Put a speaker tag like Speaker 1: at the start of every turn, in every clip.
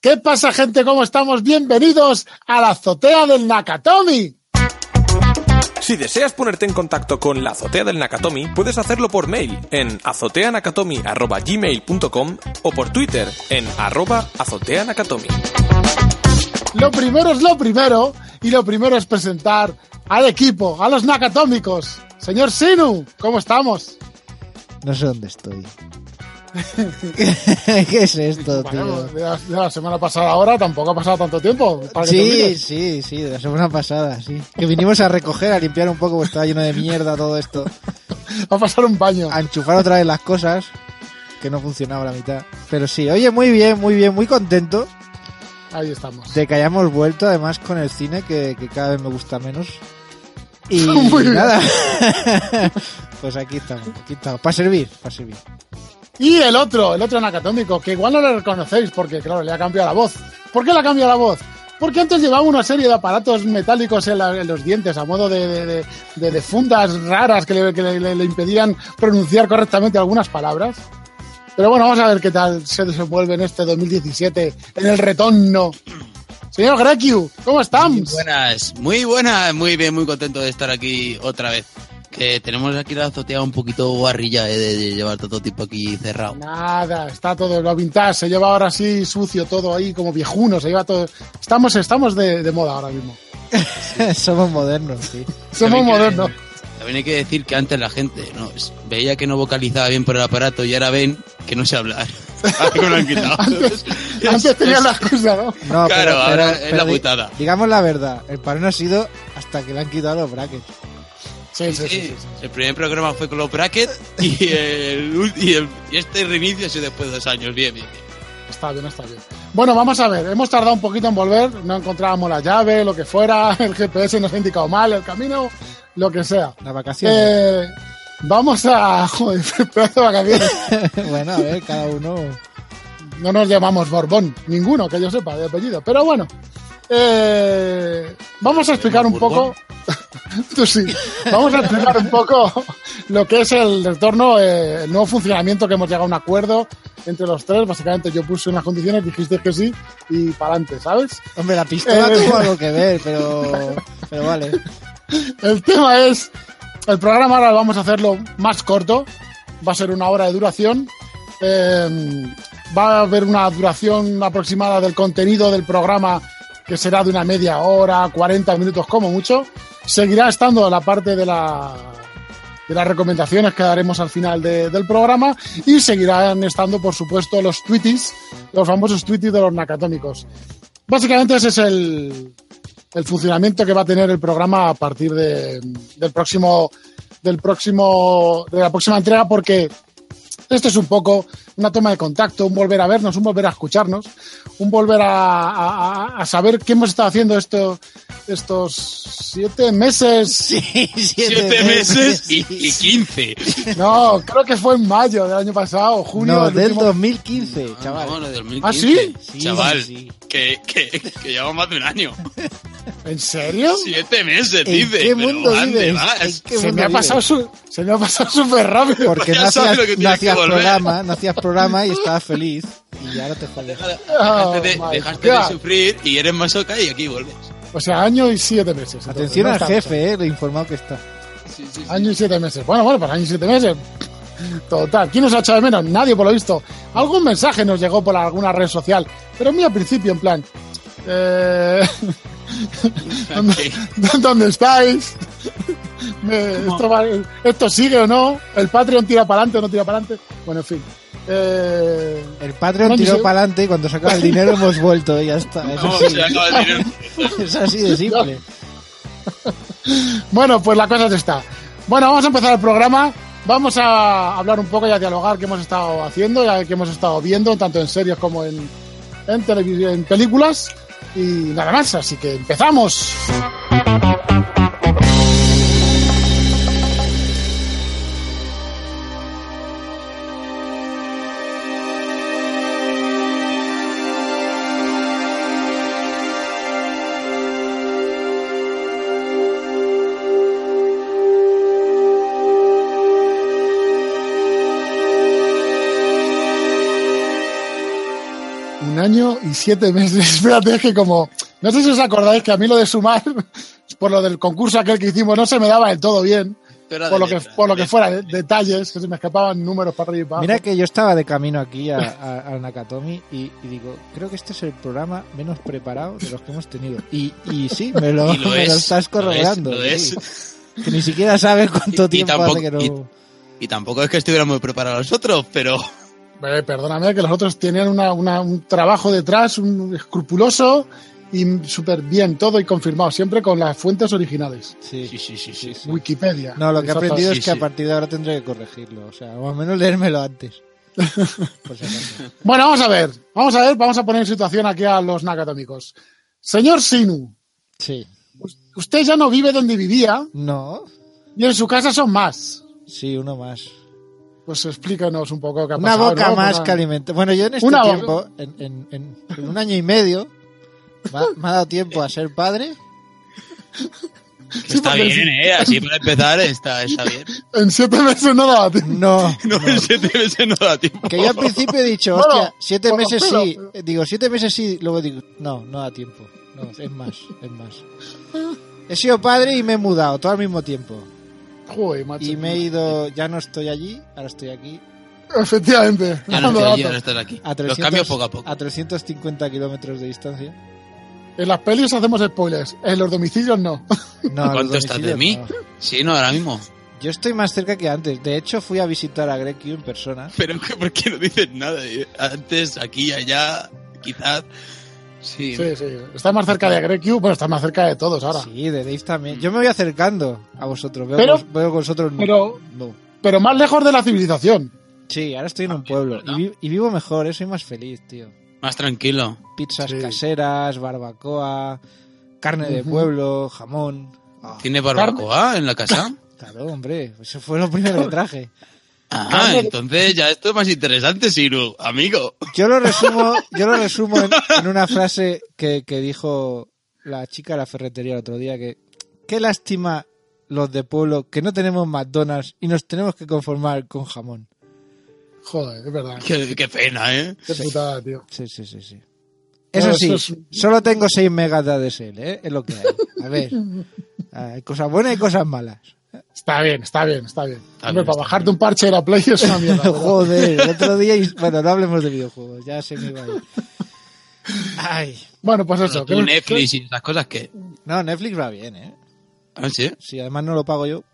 Speaker 1: ¿Qué pasa, gente? ¿Cómo estamos? Bienvenidos a la azotea del Nakatomi.
Speaker 2: Si deseas ponerte en contacto con la azotea del Nakatomi, puedes hacerlo por mail en azoteanakatomi.gmail.com o por Twitter en arroba azoteanakatomi.
Speaker 1: Lo primero es lo primero, y lo primero es presentar al equipo, a los Nakatómicos. Señor Sinu, ¿cómo estamos?
Speaker 3: No sé dónde estoy. ¿Qué es esto,
Speaker 1: Bueno,
Speaker 3: tío?
Speaker 1: de la, de la semana pasada ahora tampoco ha pasado tanto tiempo. para que te
Speaker 3: Sí,
Speaker 1: olvides.
Speaker 3: sí, sí, de la semana pasada, sí. Que vinimos a recoger, a limpiar un poco, porque estaba lleno de mierda todo esto.
Speaker 1: Va a pasar un baño.
Speaker 3: A enchufar otra vez las cosas, que no funcionaba la mitad. Pero sí, oye, muy bien, muy bien, muy contento
Speaker 1: Ahí estamos.
Speaker 3: de que hayamos vuelto, además con el cine, que, que cada vez me gusta menos. Y
Speaker 1: Muy bien.
Speaker 3: nada. pues aquí estamos, aquí estamos. Para servir, para servir.
Speaker 1: Y el otro, el otro anacatómico, que igual no lo reconocéis porque, claro, le ha cambiado la voz. ¿Por qué le ha cambiado la voz? Porque antes llevaba una serie de aparatos metálicos en, la- en los dientes, a modo de, de- de- de- de fundas raras que, le, que le- le- le impedían pronunciar correctamente algunas palabras. Pero bueno, vamos a ver qué tal se desenvuelve en este 2017, en el retorno. Señor Grekiu, ¿cómo
Speaker 4: Muy
Speaker 1: estamos?
Speaker 4: buenas, muy buenas, muy bien, muy contento de estar aquí otra vez. Que tenemos aquí la azotea un poquito guarrilla eh, de de llevar todo tipo aquí cerrado.
Speaker 1: Nada, está todo lo vintage, se lleva ahora así sucio todo ahí, como viejuno, se lleva todo. Estamos, estamos de- de moda ahora mismo.
Speaker 3: Somos modernos, sí.
Speaker 1: Somos
Speaker 4: También que-
Speaker 1: modernos.
Speaker 4: También hay que decir que antes la gente no es- veía que no vocalizaba bien por el aparato y ahora ven que no sé hablar. Algo lo han quitado.
Speaker 1: Antes tenían las cosas, ¿no?
Speaker 3: No,
Speaker 4: Claro,
Speaker 3: pero-
Speaker 4: ahora
Speaker 3: pero-
Speaker 4: es
Speaker 3: pero
Speaker 4: la
Speaker 3: di-
Speaker 4: putada.
Speaker 3: Digamos la verdad, el parón ha sido hasta que le han quitado los brackets.
Speaker 1: Sí, sí, sí.
Speaker 4: Sí,
Speaker 1: sí,
Speaker 4: El primer programa fue con los brackets y, el ul- y el- y este reinicio ha sido después de dos años. Bien, bien, bien.
Speaker 1: Está bien, está bien. Bueno, vamos a ver. Hemos tardado un poquito en volver. No encontrábamos la llave, lo que fuera. El GPS nos ha indicado mal el camino, lo que sea.
Speaker 3: Las vacaciones.
Speaker 1: Eh, vamos a. Joder, pedazo de vacaciones.
Speaker 3: Eh. bueno, a ver, cada uno.
Speaker 1: No nos llamamos Borbón, ninguno que yo sepa de apellido. Pero bueno, eh, vamos a explicar un poco. Tú sí. Vamos a explicar un poco lo que es el retorno, eh, el nuevo funcionamiento que hemos llegado a un acuerdo entre los tres. Básicamente yo puse unas condiciones, dijiste que sí y para adelante, ¿sabes?
Speaker 3: Hombre, la pistola
Speaker 1: Eh.
Speaker 3: tuvo algo que ver, pero. Pero vale.
Speaker 1: El tema es, el programa ahora vamos a hacerlo más corto, va a ser una hora de duración, eh, va a haber una duración aproximada del contenido del programa que será de una media hora, 40 minutos como mucho, seguirá estando la parte de la de las recomendaciones que daremos al final de- del programa y seguirán estando, por supuesto, los tweeties, los famosos tweeties de los nacatómicos. Básicamente ese es el, el funcionamiento que va a tener el programa a partir de- del próximo del próximo de la próxima entrega porque esto es un poco una toma de contacto, un volver a vernos, un volver a escucharnos, un volver a, a- a- a saber qué hemos estado haciendo esto, estos siete meses.
Speaker 3: Sí, siete,
Speaker 4: Siete meses y, y
Speaker 3: sí.
Speaker 4: 15.
Speaker 1: No, creo que fue en mayo del año pasado, junio.
Speaker 3: No,
Speaker 1: el
Speaker 3: del
Speaker 1: último-
Speaker 3: 2015, chaval.
Speaker 4: No, no, de 2015.
Speaker 1: ¿Ah, sí?
Speaker 3: Sí,
Speaker 4: Chaval,
Speaker 3: sí, sí.
Speaker 4: Que, que, que llevamos más de un año.
Speaker 1: ¿En serio?
Speaker 4: Siete meses,
Speaker 3: ¿En
Speaker 4: dice.
Speaker 3: qué
Speaker 4: pero
Speaker 3: mundo
Speaker 4: ¿dónde
Speaker 3: vives?
Speaker 4: vas?
Speaker 3: ¿En qué
Speaker 1: Se
Speaker 3: mundo
Speaker 1: me ha
Speaker 3: vives?
Speaker 1: pasado su- se me ha pasado súper rápido.
Speaker 3: Porque
Speaker 4: Ya
Speaker 3: no
Speaker 4: sabes
Speaker 3: hacías,
Speaker 4: lo que tienes
Speaker 3: no
Speaker 4: que
Speaker 3: hacías
Speaker 4: volver.
Speaker 3: programa, no hacías programa y estabas feliz. Y ahora te jodes.
Speaker 1: Oh,
Speaker 4: Dejaste, de,
Speaker 1: my
Speaker 4: dejaste de
Speaker 1: God.
Speaker 4: sufrir y eres más oca y aquí vuelves.
Speaker 1: O sea, año y siete meses. Entonces,
Speaker 3: Atención
Speaker 1: no
Speaker 3: al
Speaker 1: está-
Speaker 3: jefe, eh, lo informado que está.
Speaker 4: Sí, sí, sí.
Speaker 1: Año y siete meses. Bueno, bueno, pues año y siete meses. Total. ¿Quién nos ha echado de menos? Nadie, por lo visto. Algún mensaje nos llegó por alguna red social. Pero muy al principio, en plan. Eh, ¿Dónde, dónde estáis? Me- esto, va- ¿Esto sigue o no? ¿El Patreon tira para adelante o no tira para adelante? Bueno, en fin. Eh,
Speaker 3: El Patreon
Speaker 1: No, ni
Speaker 3: tiró
Speaker 1: sé.
Speaker 3: para adelante y cuando se acaba el dinero hemos vuelto y ya está. Es
Speaker 4: Vamos,
Speaker 3: así,
Speaker 4: se acaba el dinero.
Speaker 3: es así de simple.
Speaker 1: Bueno, pues la cosa es esta. Bueno, vamos a empezar el programa. Vamos a hablar un poco y a dialogar qué hemos estado haciendo, ya que hemos estado viendo, tanto en series como en, en, televisión, en películas y nada más. Así que empezamos. Un año y siete meses. Espérate, es que como. No sé si os acordáis que a mí lo de sumar, por lo del concurso aquel que hicimos, no se me daba del todo bien.
Speaker 4: Pero
Speaker 1: Por lo que,
Speaker 4: de letra,
Speaker 1: por lo que
Speaker 4: letra.
Speaker 1: fuera, de- detalles, que se me escapaban números para arriba y para abajo.
Speaker 3: Mira que yo estaba de camino aquí a, a- a Nakatomi y, y digo, creo que este es el programa menos preparado de los que hemos tenido. Y, y sí, me lo,
Speaker 4: Y lo
Speaker 3: me
Speaker 4: es,
Speaker 3: lo estás
Speaker 4: lo es,
Speaker 3: corroborando.
Speaker 4: lo es.
Speaker 3: sí. Que ni siquiera sabes cuánto
Speaker 4: Y- y
Speaker 3: tiempo
Speaker 4: tampoco-
Speaker 3: hace que no...
Speaker 4: Y tampoco es que estuviéramos preparados nosotros, pero
Speaker 1: Eh, perdóname, que los otros tenían una- una- un trabajo detrás, un escrupuloso y súper bien todo y confirmado, siempre con las fuentes originales.
Speaker 3: Sí.
Speaker 4: sí, sí, sí, sí.
Speaker 1: Wikipedia.
Speaker 3: No, lo que he
Speaker 1: Exacto.
Speaker 3: aprendido
Speaker 4: Sí,
Speaker 3: es que a
Speaker 4: sí.
Speaker 3: partir de ahora tendré que corregirlo. O sea, o al menos leérmelo antes. Por si acaso.
Speaker 1: Bueno, vamos a ver, vamos a ver, vamos a poner en situación aquí a los nakatómicos. Señor Sinu,
Speaker 3: Sí.
Speaker 1: usted ya no vive donde vivía
Speaker 3: No.
Speaker 1: y en su casa son más.
Speaker 3: Sí, uno más.
Speaker 1: Pues explícanos un poco qué ha
Speaker 3: Una
Speaker 1: pasado.
Speaker 3: boca
Speaker 1: ¿no?
Speaker 3: más
Speaker 1: Una-
Speaker 3: que alimenta. Bueno, yo en este
Speaker 1: Una boca.
Speaker 3: tiempo, en, en- en- en un año y medio, me ha, me ha dado tiempo a ser padre.
Speaker 1: Sí,
Speaker 4: está
Speaker 1: porque
Speaker 4: bien, ¿eh? Así para empezar está, está bien.
Speaker 1: En siete meses no daba tiempo.
Speaker 3: No.
Speaker 4: No, en siete meses no da tiempo.
Speaker 3: Que yo al principio he dicho,
Speaker 1: Bueno,
Speaker 3: hostia, siete
Speaker 1: bueno,
Speaker 3: meses
Speaker 1: pero-
Speaker 3: sí. Eh, Digo, siete meses sí. Luego digo, no, no da tiempo. No, es más, es más. He sido padre y me he mudado todo al mismo tiempo.
Speaker 1: Joder, macho.
Speaker 3: Y me he ido, ya no estoy allí, ahora estoy aquí.
Speaker 1: Efectivamente.
Speaker 4: Ya no
Speaker 1: dando
Speaker 4: estoy allí,
Speaker 1: datos.
Speaker 4: ahora estoy aquí.
Speaker 3: A 300,
Speaker 4: Los cambios poco a poco.
Speaker 3: A 350 kilómetros de distancia.
Speaker 1: En las pelis hacemos spoilers, en los domicilios no.
Speaker 3: No, los
Speaker 4: ¿Cuánto estás de
Speaker 3: domicilios
Speaker 4: mí?
Speaker 3: no.
Speaker 4: Sí, no, ahora mismo.
Speaker 3: Yo estoy más cerca que antes. De hecho, fui a visitar a Greg Q en persona.
Speaker 4: Pero que ¿por qué no dices nada? eh? Antes, aquí, allá, quizás. Sí.
Speaker 1: Sí, sí. Está más cerca de Grecu, bueno, está más cerca de todos ahora.
Speaker 3: Sí, de Dave también. Yo me voy acercando a vosotros. Veo,
Speaker 1: Pero-
Speaker 3: que vos- veo que vosotros no.
Speaker 1: pero-
Speaker 3: no.
Speaker 1: Pero más lejos de la civilización.
Speaker 3: Sí, ahora estoy en un pueblo. Y,
Speaker 4: ¿verdad?
Speaker 3: vi- y vivo mejor, eh, soy más feliz, tío.
Speaker 4: Más tranquilo.
Speaker 3: Pizzas
Speaker 1: Sí.
Speaker 3: caseras, barbacoa, carne de
Speaker 1: Ujú.
Speaker 3: pueblo, jamón. Ah,
Speaker 4: ¿Tiene barbacoa en la casa?
Speaker 3: claro, hombre. Eso fue lo primero que traje.
Speaker 4: Ah, entonces ya esto es más interesante, Siru, amigo.
Speaker 3: Yo lo resumo, yo lo resumo en, en una frase que, que dijo la chica de la ferretería el otro día que qué lástima los de pueblo que no tenemos McDonald's y nos tenemos que conformar con jamón.
Speaker 1: Joder, es verdad.
Speaker 4: Qué, qué pena, ¿eh?
Speaker 1: Qué putada, tío.
Speaker 3: Sí, sí, sí, sí.
Speaker 1: Claro,
Speaker 3: Eso
Speaker 1: eso
Speaker 3: sí, solo tengo 6 megas de ADSL, ¿eh? es lo que hay. A ver, hay cosas buenas y cosas malas.
Speaker 1: Está bien, está bien, está bien.
Speaker 4: Está
Speaker 1: Hombre,
Speaker 4: bien,
Speaker 1: para
Speaker 4: está
Speaker 1: bajarte un parche de la Play es una mierda. ¿verdad?
Speaker 3: Joder, el otro día... y- Bueno, no hablemos de videojuegos, ya se me iba a ir. Ay,
Speaker 1: Bueno, pues eso.
Speaker 4: Pero tú,
Speaker 1: que-
Speaker 4: Netflix y esas cosas que...
Speaker 3: no, Netflix va bien, ¿eh?
Speaker 4: Ah, ¿sí?
Speaker 3: Si además no lo pago yo,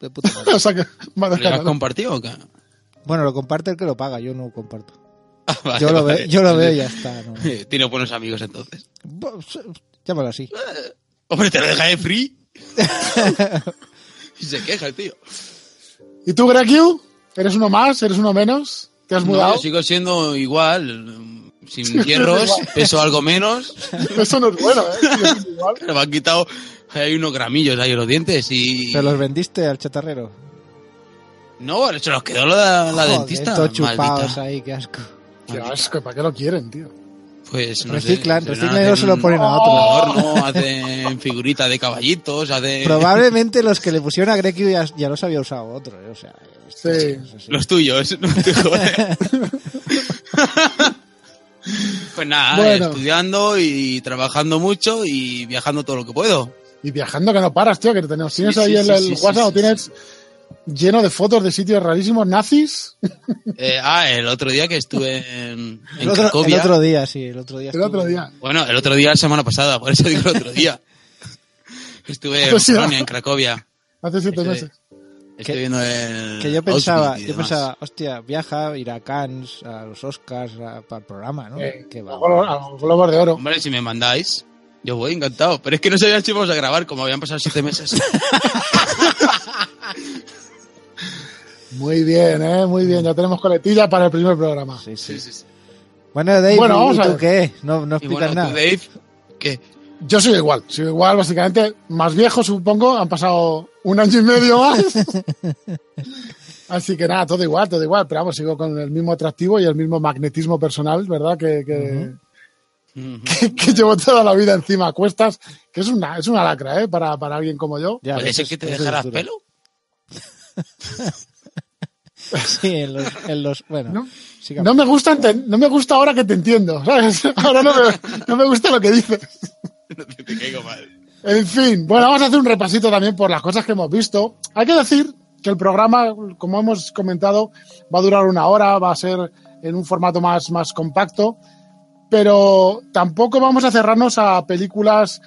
Speaker 3: de puta madre.
Speaker 1: que- o sea que- madre
Speaker 4: ¿Lo has
Speaker 1: mía, ¿no?
Speaker 4: compartido o qué?
Speaker 3: Bueno, lo comparte el que lo paga, yo no lo comparto.
Speaker 4: Ah, vale,
Speaker 3: Yo lo,
Speaker 4: vale.
Speaker 3: veo, yo lo veo y ya está. ¿no?
Speaker 4: Tiene buenos amigos entonces.
Speaker 3: Bo- s- Llámalo así.
Speaker 4: Hombre, te lo deja de free. y se queja el tío.
Speaker 1: ¿Y tú, Grecu? ¿Eres uno más? ¿Eres uno menos? ¿Te has
Speaker 4: No,
Speaker 1: mudado?
Speaker 4: yo sigo siendo igual, sin hierros, peso algo menos.
Speaker 1: Eso no es bueno, ¿eh? Tío, es igual.
Speaker 4: Me han quitado, hay unos gramillos ahí en los dientes y...
Speaker 3: ¿Pero los vendiste al chatarrero?
Speaker 4: No, se los quedó la, la
Speaker 3: Joder,
Speaker 4: dentista.
Speaker 3: Todos chupados
Speaker 4: Maldita.
Speaker 3: ahí, qué asco.
Speaker 1: Qué asco, ¿para qué lo quieren, tío?
Speaker 4: Pues no sé,
Speaker 3: reciclan,
Speaker 4: se
Speaker 3: reciclan y
Speaker 4: hacen
Speaker 3: luego se lo
Speaker 4: un
Speaker 3: ponen
Speaker 1: ¡Oh!
Speaker 3: a otro.
Speaker 4: adorno, hacen figuritas de caballitos, hacen...
Speaker 3: Probablemente los que le pusieron a Grecu ya, ya los había usado otro. ¿eh? O sea, esto-
Speaker 1: Sí.
Speaker 3: eso sí.
Speaker 4: Los tuyos, no te jodas. pues nada,
Speaker 1: Bueno.
Speaker 4: estudiando y trabajando mucho y viajando todo lo que puedo.
Speaker 1: Y viajando que no paras, tío, que te tenemos. Tienes
Speaker 4: Sí,
Speaker 1: ahí
Speaker 4: sí,
Speaker 1: el,
Speaker 4: sí,
Speaker 1: el
Speaker 4: sí, sí,
Speaker 1: WhatsApp, lo
Speaker 4: sí,
Speaker 1: tienes lleno de fotos de sitios rarísimos nazis.
Speaker 4: Eh, ah, el otro día que estuve en, en
Speaker 3: El, otro, el
Speaker 4: Cracovia.
Speaker 3: otro día, sí, el otro día.
Speaker 1: El otro
Speaker 3: estuvo-
Speaker 1: día.
Speaker 4: Bueno, el otro día, la semana pasada, por eso digo el otro día. Estuve en
Speaker 1: O sea.
Speaker 4: Polonia, en Cracovia.
Speaker 1: Hace siete
Speaker 4: Este-
Speaker 1: meses.
Speaker 4: Estoy
Speaker 3: Que-
Speaker 4: viendo el.
Speaker 3: Que yo pensaba,
Speaker 4: Auschwitz y
Speaker 3: yo
Speaker 4: demás.
Speaker 3: pensaba, hostia, viaja, ir a Cannes, a los Oscars, a- para el programa, ¿no?
Speaker 1: Eh,
Speaker 3: Qué
Speaker 1: a
Speaker 3: va.
Speaker 1: los globos- a los globos de oro.
Speaker 4: Hombre, si me mandáis, yo voy encantado. Pero es que no sabía si íbamos a grabar, como habían pasado siete meses.
Speaker 1: Muy bien, ¿eh? Muy bien. Ya tenemos coletilla para el primer programa.
Speaker 3: Sí, sí.
Speaker 4: Sí, sí, sí.
Speaker 3: Bueno, Dave,
Speaker 1: Bueno,
Speaker 3: ¿y
Speaker 1: vamos a
Speaker 3: tú
Speaker 1: ver.
Speaker 3: qué? No, no
Speaker 4: Y
Speaker 3: explicas
Speaker 4: bueno, tú,
Speaker 3: nada.
Speaker 4: Dave, que
Speaker 1: Yo sigo igual, sigo igual, básicamente. Más viejo, supongo, han pasado un año y medio más. Así que nada, todo igual, todo igual. Pero vamos, sigo con el mismo atractivo y el mismo magnetismo personal, ¿verdad? Que, que, que- que llevo toda la vida encima a cuestas, que es una, es una lacra, ¿eh? Para, para alguien como yo.
Speaker 3: Ya,
Speaker 4: puede
Speaker 3: eso
Speaker 4: ser
Speaker 3: es-
Speaker 4: que te
Speaker 3: eso es
Speaker 4: dejaras
Speaker 3: duro.
Speaker 4: pelo.
Speaker 3: Sí, en los, en los- bueno,
Speaker 1: No,
Speaker 3: sigamos.
Speaker 1: No me gusta, enten- no me gusta ahora que te entiendo, ¿sabes? Ahora no me, no me gusta lo que dices.
Speaker 4: Te caigo mal.
Speaker 1: En fin, bueno, vamos a hacer un repasito también por las cosas que hemos visto. Hay que decir que el programa, como hemos comentado, va a durar una hora, va a ser en un formato más, más compacto, pero tampoco vamos a cerrarnos a películas,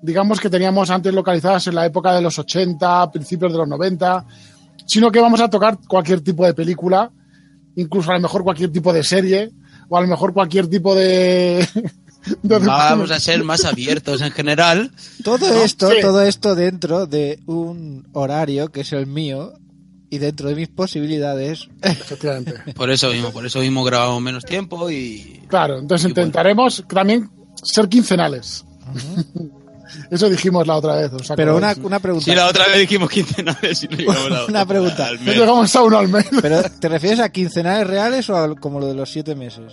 Speaker 1: digamos, que teníamos antes localizadas en la época de los 80, principios de los 90, sino que vamos a tocar cualquier tipo de película, incluso a lo mejor cualquier tipo de serie, o a lo mejor cualquier tipo de... de
Speaker 4: Vamos a ser más abiertos en general.
Speaker 3: Todo
Speaker 1: No,
Speaker 3: esto,
Speaker 1: sí.
Speaker 3: todo esto dentro de un horario que es el mío y dentro de mis posibilidades.
Speaker 1: Efectivamente.
Speaker 4: Por eso mismo, por eso mismo grabamos menos tiempo y.
Speaker 1: Claro, entonces
Speaker 4: Y bueno.
Speaker 1: intentaremos también ser quincenales. Eso dijimos la otra vez. ¿os acordáis?
Speaker 3: Pero una, una pregunta.
Speaker 4: Sí, la otra vez dijimos quincenales y no llegamos a-
Speaker 3: Una pregunta.
Speaker 4: al
Speaker 1: No
Speaker 4: mes.
Speaker 1: llegamos a uno al mes.
Speaker 3: ¿Pero te refieres a quincenales reales o a como lo de los siete meses?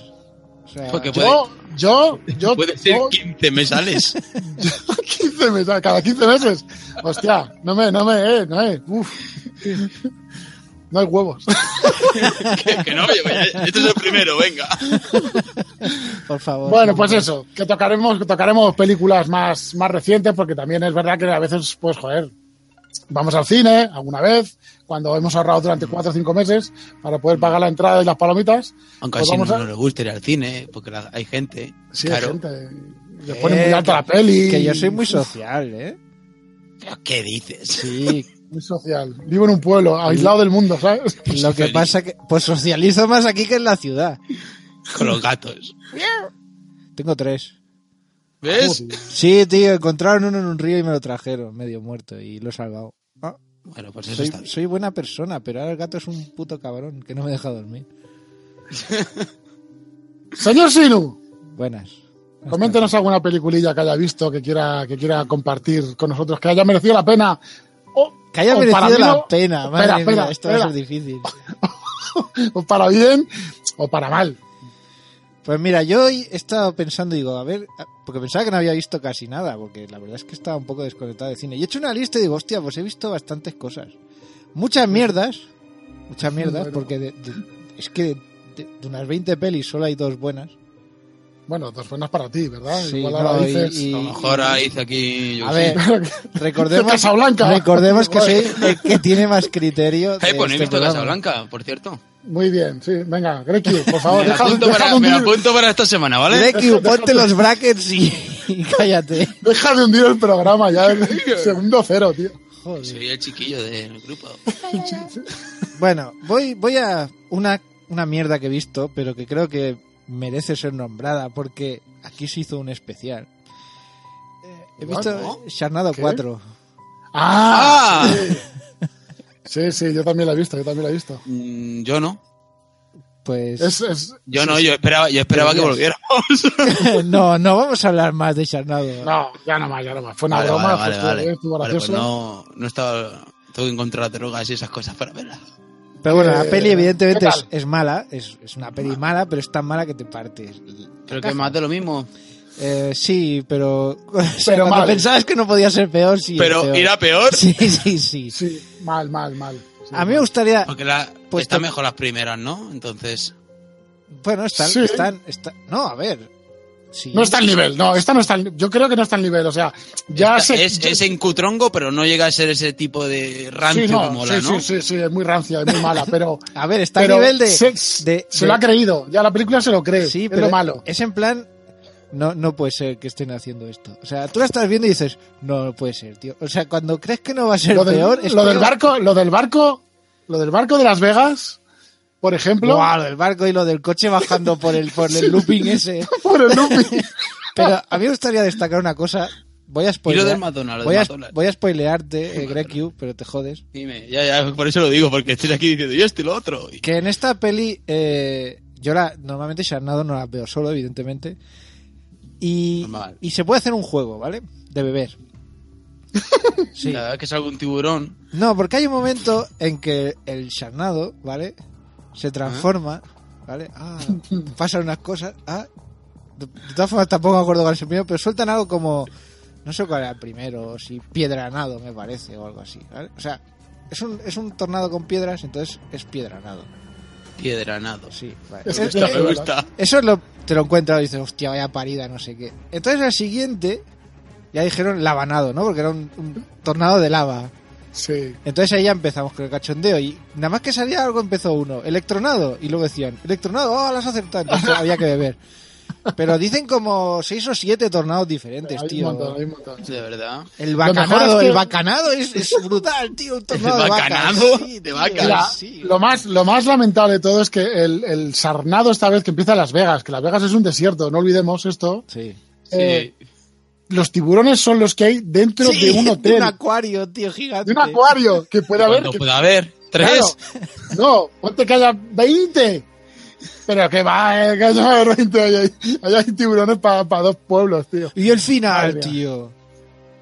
Speaker 3: O sea,
Speaker 4: Porque puede,
Speaker 1: Yo, yo, yo,
Speaker 4: puede ser
Speaker 1: yo-
Speaker 4: 15 mesales.
Speaker 1: 15 meses, cada 15 meses. Hostia, no me, no me, eh, no eh, uf. No hay huevos.
Speaker 4: que, que no, yo- este es el primero, venga.
Speaker 3: por favor.
Speaker 1: Bueno, pues eso, que tocaremos, que tocaremos películas más, más recientes, porque también es verdad que a veces, pues, joder, vamos al cine alguna vez, cuando hemos ahorrado durante 4 o 5 meses para poder pagar la entrada y las palomitas.
Speaker 4: Aunque
Speaker 1: pues
Speaker 4: así no,
Speaker 1: vamos a-
Speaker 4: no le gusta ir al cine, porque la- hay gente.
Speaker 1: Sí, hay
Speaker 4: claro.
Speaker 1: gente. Le ponen muy
Speaker 3: Eh,
Speaker 1: alta la peli.
Speaker 3: Que yo soy muy social, ¿eh?
Speaker 4: ¿Pero ¿Qué dices?
Speaker 3: Sí.
Speaker 1: Muy social. Vivo en un pueblo, aislado del mundo, ¿sabes?
Speaker 3: Lo que
Speaker 4: feliz.
Speaker 3: pasa que. Pues socializo más aquí que en la ciudad.
Speaker 4: Con los gatos.
Speaker 3: Tengo tres.
Speaker 4: ¿Ves?
Speaker 3: Sí, tío, encontraron uno en un río y me lo trajeron, medio muerto, y lo he salvado. Ah,
Speaker 4: Bueno, pues eso
Speaker 3: soy,
Speaker 4: está bien.
Speaker 3: soy buena persona, pero ahora el gato es un puto cabrón que no me deja dormir.
Speaker 1: Señor Sinu,
Speaker 3: Buenas.
Speaker 1: coméntenos alguna peliculilla que haya visto, que quiera, que quiera compartir con nosotros, que haya merecido la pena. O,
Speaker 3: Que haya
Speaker 1: o Oh, para
Speaker 3: merecido
Speaker 1: bien
Speaker 3: la
Speaker 1: o-
Speaker 3: pena, madre
Speaker 1: espera, espera,
Speaker 3: mía, esto va a
Speaker 1: espera.
Speaker 3: ser difícil.
Speaker 1: o para bien o para mal.
Speaker 3: Pues mira, yo hoy he estado pensando, digo, a ver, a- porque pensaba que no había visto casi nada, porque la verdad es que estaba un poco desconectado de cine. Y he hecho una lista y digo, hostia, pues he visto bastantes cosas. Muchas mierdas, muchas mierdas,
Speaker 1: Bueno.
Speaker 3: porque de- de- es que de- de unas 20 pelis solo hay dos buenas.
Speaker 1: Bueno, dos buenas para ti, ¿verdad?
Speaker 3: Sí,
Speaker 1: Igual ahora
Speaker 3: no, y-
Speaker 1: dices.
Speaker 3: y-
Speaker 4: A lo mejor ahí hice aquí. Yo
Speaker 3: A
Speaker 4: qué
Speaker 3: ver,
Speaker 4: sé.
Speaker 3: recordemos,
Speaker 1: Casablanca.
Speaker 3: recordemos que soy el que tiene más criterio. de
Speaker 4: Eh, pues no he
Speaker 3: este
Speaker 4: visto
Speaker 3: programa.
Speaker 4: Casablanca, por cierto.
Speaker 1: Muy bien, sí. Venga, Greki, por favor,
Speaker 4: Me
Speaker 1: deja,
Speaker 4: apunto,
Speaker 1: deja de
Speaker 4: para, me
Speaker 1: hundir,
Speaker 4: apunto para esta semana, ¿vale?
Speaker 3: Deku, ponte los brackets y, y cállate.
Speaker 1: deja de hundir el programa ya. Segundo cero, tío.
Speaker 3: Joder.
Speaker 4: Soy el chiquillo del grupo.
Speaker 3: Bueno, voy, voy a una, una mierda que he visto, pero que creo que merece ser nombrada, porque aquí se hizo un especial. Eh, He
Speaker 1: What?
Speaker 3: visto
Speaker 1: ¿No?
Speaker 3: Charnado
Speaker 1: ¿Qué?
Speaker 3: 4.
Speaker 1: ¡Ah!
Speaker 4: ¡Ah!
Speaker 1: Sí, sí, yo también la he visto, yo también la he visto.
Speaker 4: Mm, Yo no.
Speaker 3: Pues
Speaker 1: Es, es-
Speaker 4: Yo no, yo esperaba, yo esperaba que
Speaker 3: Deberías.
Speaker 4: volviéramos.
Speaker 3: no, no vamos a hablar más de Charnado.
Speaker 1: No, ya no más, ya no más. Fue una
Speaker 4: Vale,
Speaker 1: broma,
Speaker 4: vale,
Speaker 1: fue-
Speaker 4: vale,
Speaker 1: estuvo bien,
Speaker 4: vale.
Speaker 1: estuvo
Speaker 4: Vale, pues
Speaker 1: gracioso.
Speaker 4: no, no estaba. Tengo que encontrar drogas y esas cosas para verlas.
Speaker 3: Pero bueno,
Speaker 1: Eh,
Speaker 3: la peli evidentemente
Speaker 1: ¿qué
Speaker 3: es,
Speaker 1: tal? Ah.
Speaker 3: es mala, es, es una peli mala, pero es tan mala que te partes.
Speaker 4: Creo que más de lo mismo.
Speaker 3: Eh, sí, pero, o sea,
Speaker 1: Pero
Speaker 3: cuando
Speaker 1: mal.
Speaker 3: pensabas que no podía ser peor, sí. es
Speaker 4: Pero
Speaker 3: peor.
Speaker 4: irá peor.
Speaker 3: Sí, sí, sí.
Speaker 1: Sí, mal, mal, mal. Sí,
Speaker 3: A mí me gustaría.
Speaker 4: Porque la,
Speaker 3: Pues
Speaker 4: está
Speaker 3: to-
Speaker 4: mejor las primeras, ¿no? Entonces.
Speaker 3: Bueno, están,
Speaker 1: Sí.
Speaker 3: están, están- No, a ver. Sí.
Speaker 1: No está al nivel, no, esta no está al- Yo creo que no está al nivel, o sea,
Speaker 3: Ah,
Speaker 1: ya
Speaker 4: esta-
Speaker 1: se.
Speaker 4: es, es en cutrongo, pero no llega a ser ese tipo de rancio
Speaker 1: sí, no,
Speaker 4: que mola,
Speaker 1: sí,
Speaker 4: ¿no?
Speaker 1: sí, sí, sí, es muy rancia, es muy mala, pero.
Speaker 3: A ver, está
Speaker 1: pero
Speaker 3: a nivel de.
Speaker 1: Se,
Speaker 3: de-
Speaker 1: se lo ha
Speaker 3: de-
Speaker 1: creído, ya la película se lo cree.
Speaker 3: Sí,
Speaker 1: es
Speaker 3: pero
Speaker 1: lo malo.
Speaker 3: Es en plan. No, no puede ser que estén haciendo esto. O sea, tú la estás viendo y dices, no, no puede ser, tío. O sea, cuando crees que no va a ser
Speaker 1: Lo del,
Speaker 3: peor, es
Speaker 1: lo del
Speaker 3: peor.
Speaker 1: barco, lo del barco, lo del barco de Las Vegas, por ejemplo.
Speaker 3: Buah, lo del barco y lo del coche bajando por el, por el looping ese.
Speaker 1: Por el looping.
Speaker 3: Pero a mí me gustaría destacar una cosa. Voy a spoilear.
Speaker 4: del Madonna, lo del
Speaker 3: Pues voy, a,
Speaker 4: Madonna.
Speaker 3: voy a spoilearte, eh, Grecu, pero te jodes.
Speaker 4: Dime, ya, ya, por eso lo digo, porque estoy aquí diciendo yo estoy lo otro. Y-
Speaker 3: Que en esta peli eh, Yo la, normalmente Sharnado no las veo solo, evidentemente. Y,
Speaker 4: Normal.
Speaker 3: y se puede hacer un juego, ¿vale? De beber. Sí.
Speaker 4: Cada vez que salga un tiburón,
Speaker 3: No, porque hay un momento en que el charnado, ¿vale? Se transforma, ¿vale? Ah, pasan unas cosas. Ah, de, de todas formas tampoco me acuerdo cuál es el primero, pero sueltan algo como. No sé cuál era el primero, o si piedranado me parece, o algo así, ¿vale? O sea, es un, es un tornado con piedras, entonces es piedranado.
Speaker 4: piedranado.
Speaker 3: Sí, vale.
Speaker 1: Es
Speaker 4: Me gusta,
Speaker 1: que-
Speaker 4: me gusta.
Speaker 3: Eso es lo, te lo encuentras y dices, hostia, vaya parida, no sé qué. Entonces al siguiente, ya dijeron lavanado, ¿no? Porque era un- un tornado de lava.
Speaker 1: Sí.
Speaker 3: Entonces ahí ya empezamos con el cachondeo y nada más que salía algo empezó uno, electronado, y luego decían, electronado, oh, las acertado, entonces había que beber. Pero dicen como seis o siete tornados diferentes,
Speaker 1: Hay un
Speaker 3: tío.
Speaker 1: montón, hay un montón.
Speaker 4: De verdad.
Speaker 3: El
Speaker 1: Lo
Speaker 3: bacanado,
Speaker 1: mejor es que-
Speaker 3: el bacanado es, es brutal, tío, un tornado
Speaker 4: ¿El
Speaker 3: de
Speaker 4: bacanado?
Speaker 3: vacas. Sí,
Speaker 4: ¿De
Speaker 3: tío,
Speaker 4: vacas?
Speaker 1: La-
Speaker 3: sí.
Speaker 1: lo, más, lo más lamentable de todo es que el, el sarnado esta vez que empieza en Las Vegas, que Las Vegas es un desierto, no olvidemos esto.
Speaker 3: Sí.
Speaker 4: Sí.
Speaker 1: Eh, los tiburones son los que hay dentro
Speaker 3: Sí,
Speaker 1: de un
Speaker 3: de
Speaker 1: hotel,
Speaker 3: un acuario, tío, gigante.
Speaker 1: de un acuario, que puede haber.
Speaker 4: ¿Cuánto
Speaker 1: que-
Speaker 4: puede haber? ¿Tres?
Speaker 1: Claro, no, ponte que haya 20. Pero que va, eh, que haya 20. Ahí hay, ahí hay tiburones para dos pueblos, tío.
Speaker 3: Y el final,
Speaker 1: Madre mía.
Speaker 3: tío.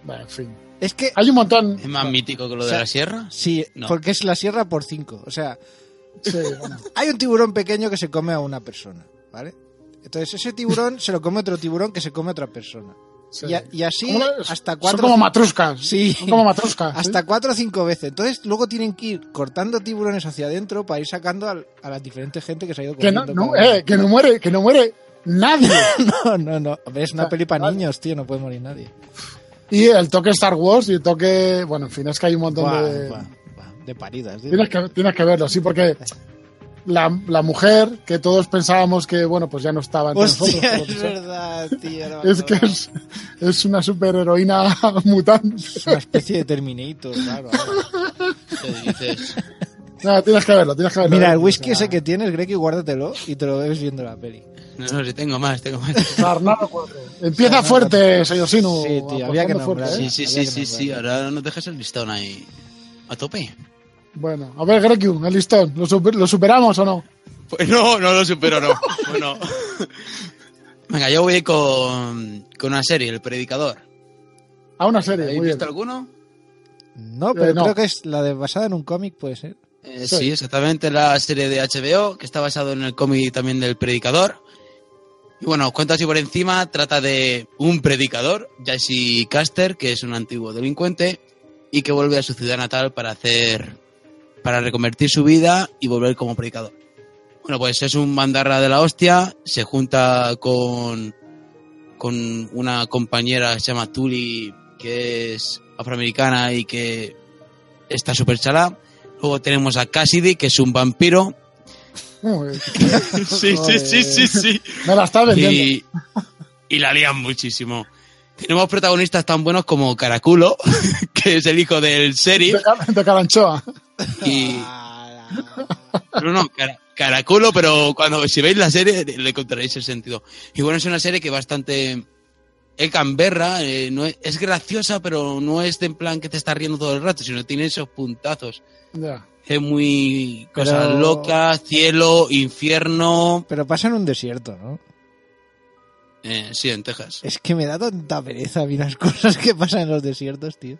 Speaker 1: Bueno, en fin.
Speaker 3: Es que
Speaker 1: Hay un montón.
Speaker 4: Es más mítico que lo
Speaker 3: O
Speaker 4: de
Speaker 3: sea,
Speaker 4: la sierra.
Speaker 3: sí,
Speaker 4: No.
Speaker 3: porque es la sierra por cinco, o sea,
Speaker 1: Sí, bueno.
Speaker 3: Hay un tiburón pequeño que se come a una persona, ¿vale? Entonces ese tiburón se lo come otro tiburón que se come a otra persona.
Speaker 1: Sí.
Speaker 3: Y, a- y así
Speaker 1: ¿Cómo lo-
Speaker 3: hasta
Speaker 1: Son
Speaker 3: cuatro...
Speaker 1: como ¿eh? matruscas.
Speaker 3: Sí.
Speaker 1: Son como matruscas.
Speaker 3: hasta cuatro o cinco veces. Entonces luego tienen que ir cortando tiburones hacia adentro para ir sacando al- a, las diferentes gente que se ha ido
Speaker 1: Que no,
Speaker 3: comiendo.
Speaker 1: no,
Speaker 3: cada
Speaker 1: eh, que no muere, que no muere nadie.
Speaker 3: uno. no, no, no. Hombre, Es una
Speaker 1: Ah,
Speaker 3: peli para
Speaker 1: vale.
Speaker 3: niños, tío. No puede morir nadie.
Speaker 1: y el toque Star Wars y el toque. Bueno, en fin, es que hay un montón
Speaker 3: Buah,
Speaker 1: de.
Speaker 3: buah, buah, de paridas. tío.
Speaker 1: Tienes que, tienes que verlo, sí, porque la, la mujer que todos pensábamos que, bueno, pues ya no estaba entre
Speaker 3: Hostia,
Speaker 1: nosotros. por lo
Speaker 3: es
Speaker 1: que sea.
Speaker 3: verdad, tío. no me
Speaker 1: Es que
Speaker 3: acordaba.
Speaker 1: es, es una superheroína mutante.
Speaker 3: Es una especie de Terminator, claro.
Speaker 4: Te dices,
Speaker 1: No, tienes que verlo, tienes que verlo.
Speaker 3: Mira, el
Speaker 1: O
Speaker 3: whisky
Speaker 1: sea,
Speaker 3: ese que tienes, Greg, guárdatelo y te lo bebes viendo la peli.
Speaker 4: no, no, si tengo más, tengo más.
Speaker 1: Sarnado 4. Empieza fuerte, señor Sinu.
Speaker 3: Sí, tío, había que
Speaker 1: apostando fuerte,
Speaker 3: nombrar.
Speaker 1: ¿eh?
Speaker 4: Sí, sí,
Speaker 3: Había
Speaker 4: sí,
Speaker 3: que
Speaker 4: sí, sí.
Speaker 3: nombrarlo.
Speaker 4: Ahora no dejes el listón ahí. A tope.
Speaker 1: Bueno, a ver, Grekium, el listón, ¿lo, super- ¿lo superamos o no?
Speaker 4: Pues no, no lo supero, no. Bueno. Venga, yo voy con, con una serie, El Predicador.
Speaker 1: A una serie,
Speaker 4: ¿Habéis
Speaker 1: muy bien.
Speaker 4: visto alguno?
Speaker 3: No, pero
Speaker 1: Eh, no.
Speaker 3: creo que es la de basada en un cómic, puede ser.
Speaker 4: Eh,
Speaker 1: Sí.
Speaker 4: sí, exactamente, la serie de HBO, que está basado en el cómic también del Predicador. Y bueno, os cuento así por encima, trata de un predicador, Jesse Caster, que es un antiguo delincuente y que vuelve a su ciudad natal para hacer, para reconvertir su vida y volver como predicador. Bueno, pues es un bandarra de la hostia, se junta con, con una compañera que se llama Tuli, que es afroamericana y que está súper chalá. Luego tenemos a Cassidy, que es un vampiro.
Speaker 1: Muy bien.
Speaker 4: Sí,
Speaker 3: sí, sí, sí,
Speaker 4: sí.
Speaker 1: Me la está vendiendo.
Speaker 4: Y, y la lían muchísimo. Tenemos protagonistas tan buenos como Caraculo, que es el hijo del sheriff.
Speaker 1: De, ca- de Caranchoa.
Speaker 4: Y,
Speaker 3: Ah,
Speaker 4: no, no, cara- Caraculo, pero cuando si veis la serie le encontraréis el sentido. Y bueno, es una serie que bastante... El Canberra eh, no es, es graciosa, pero no es de en plan que te está riendo todo el rato, sino tiene esos puntazos.
Speaker 1: Ya.
Speaker 4: Es muy cosas
Speaker 3: Pero-
Speaker 4: locas, cielo, infierno.
Speaker 3: Pero pasa en un desierto, ¿no?
Speaker 4: Eh, sí, en Texas.
Speaker 3: Es que me da tanta pereza a mí las cosas que pasan en los desiertos, tío.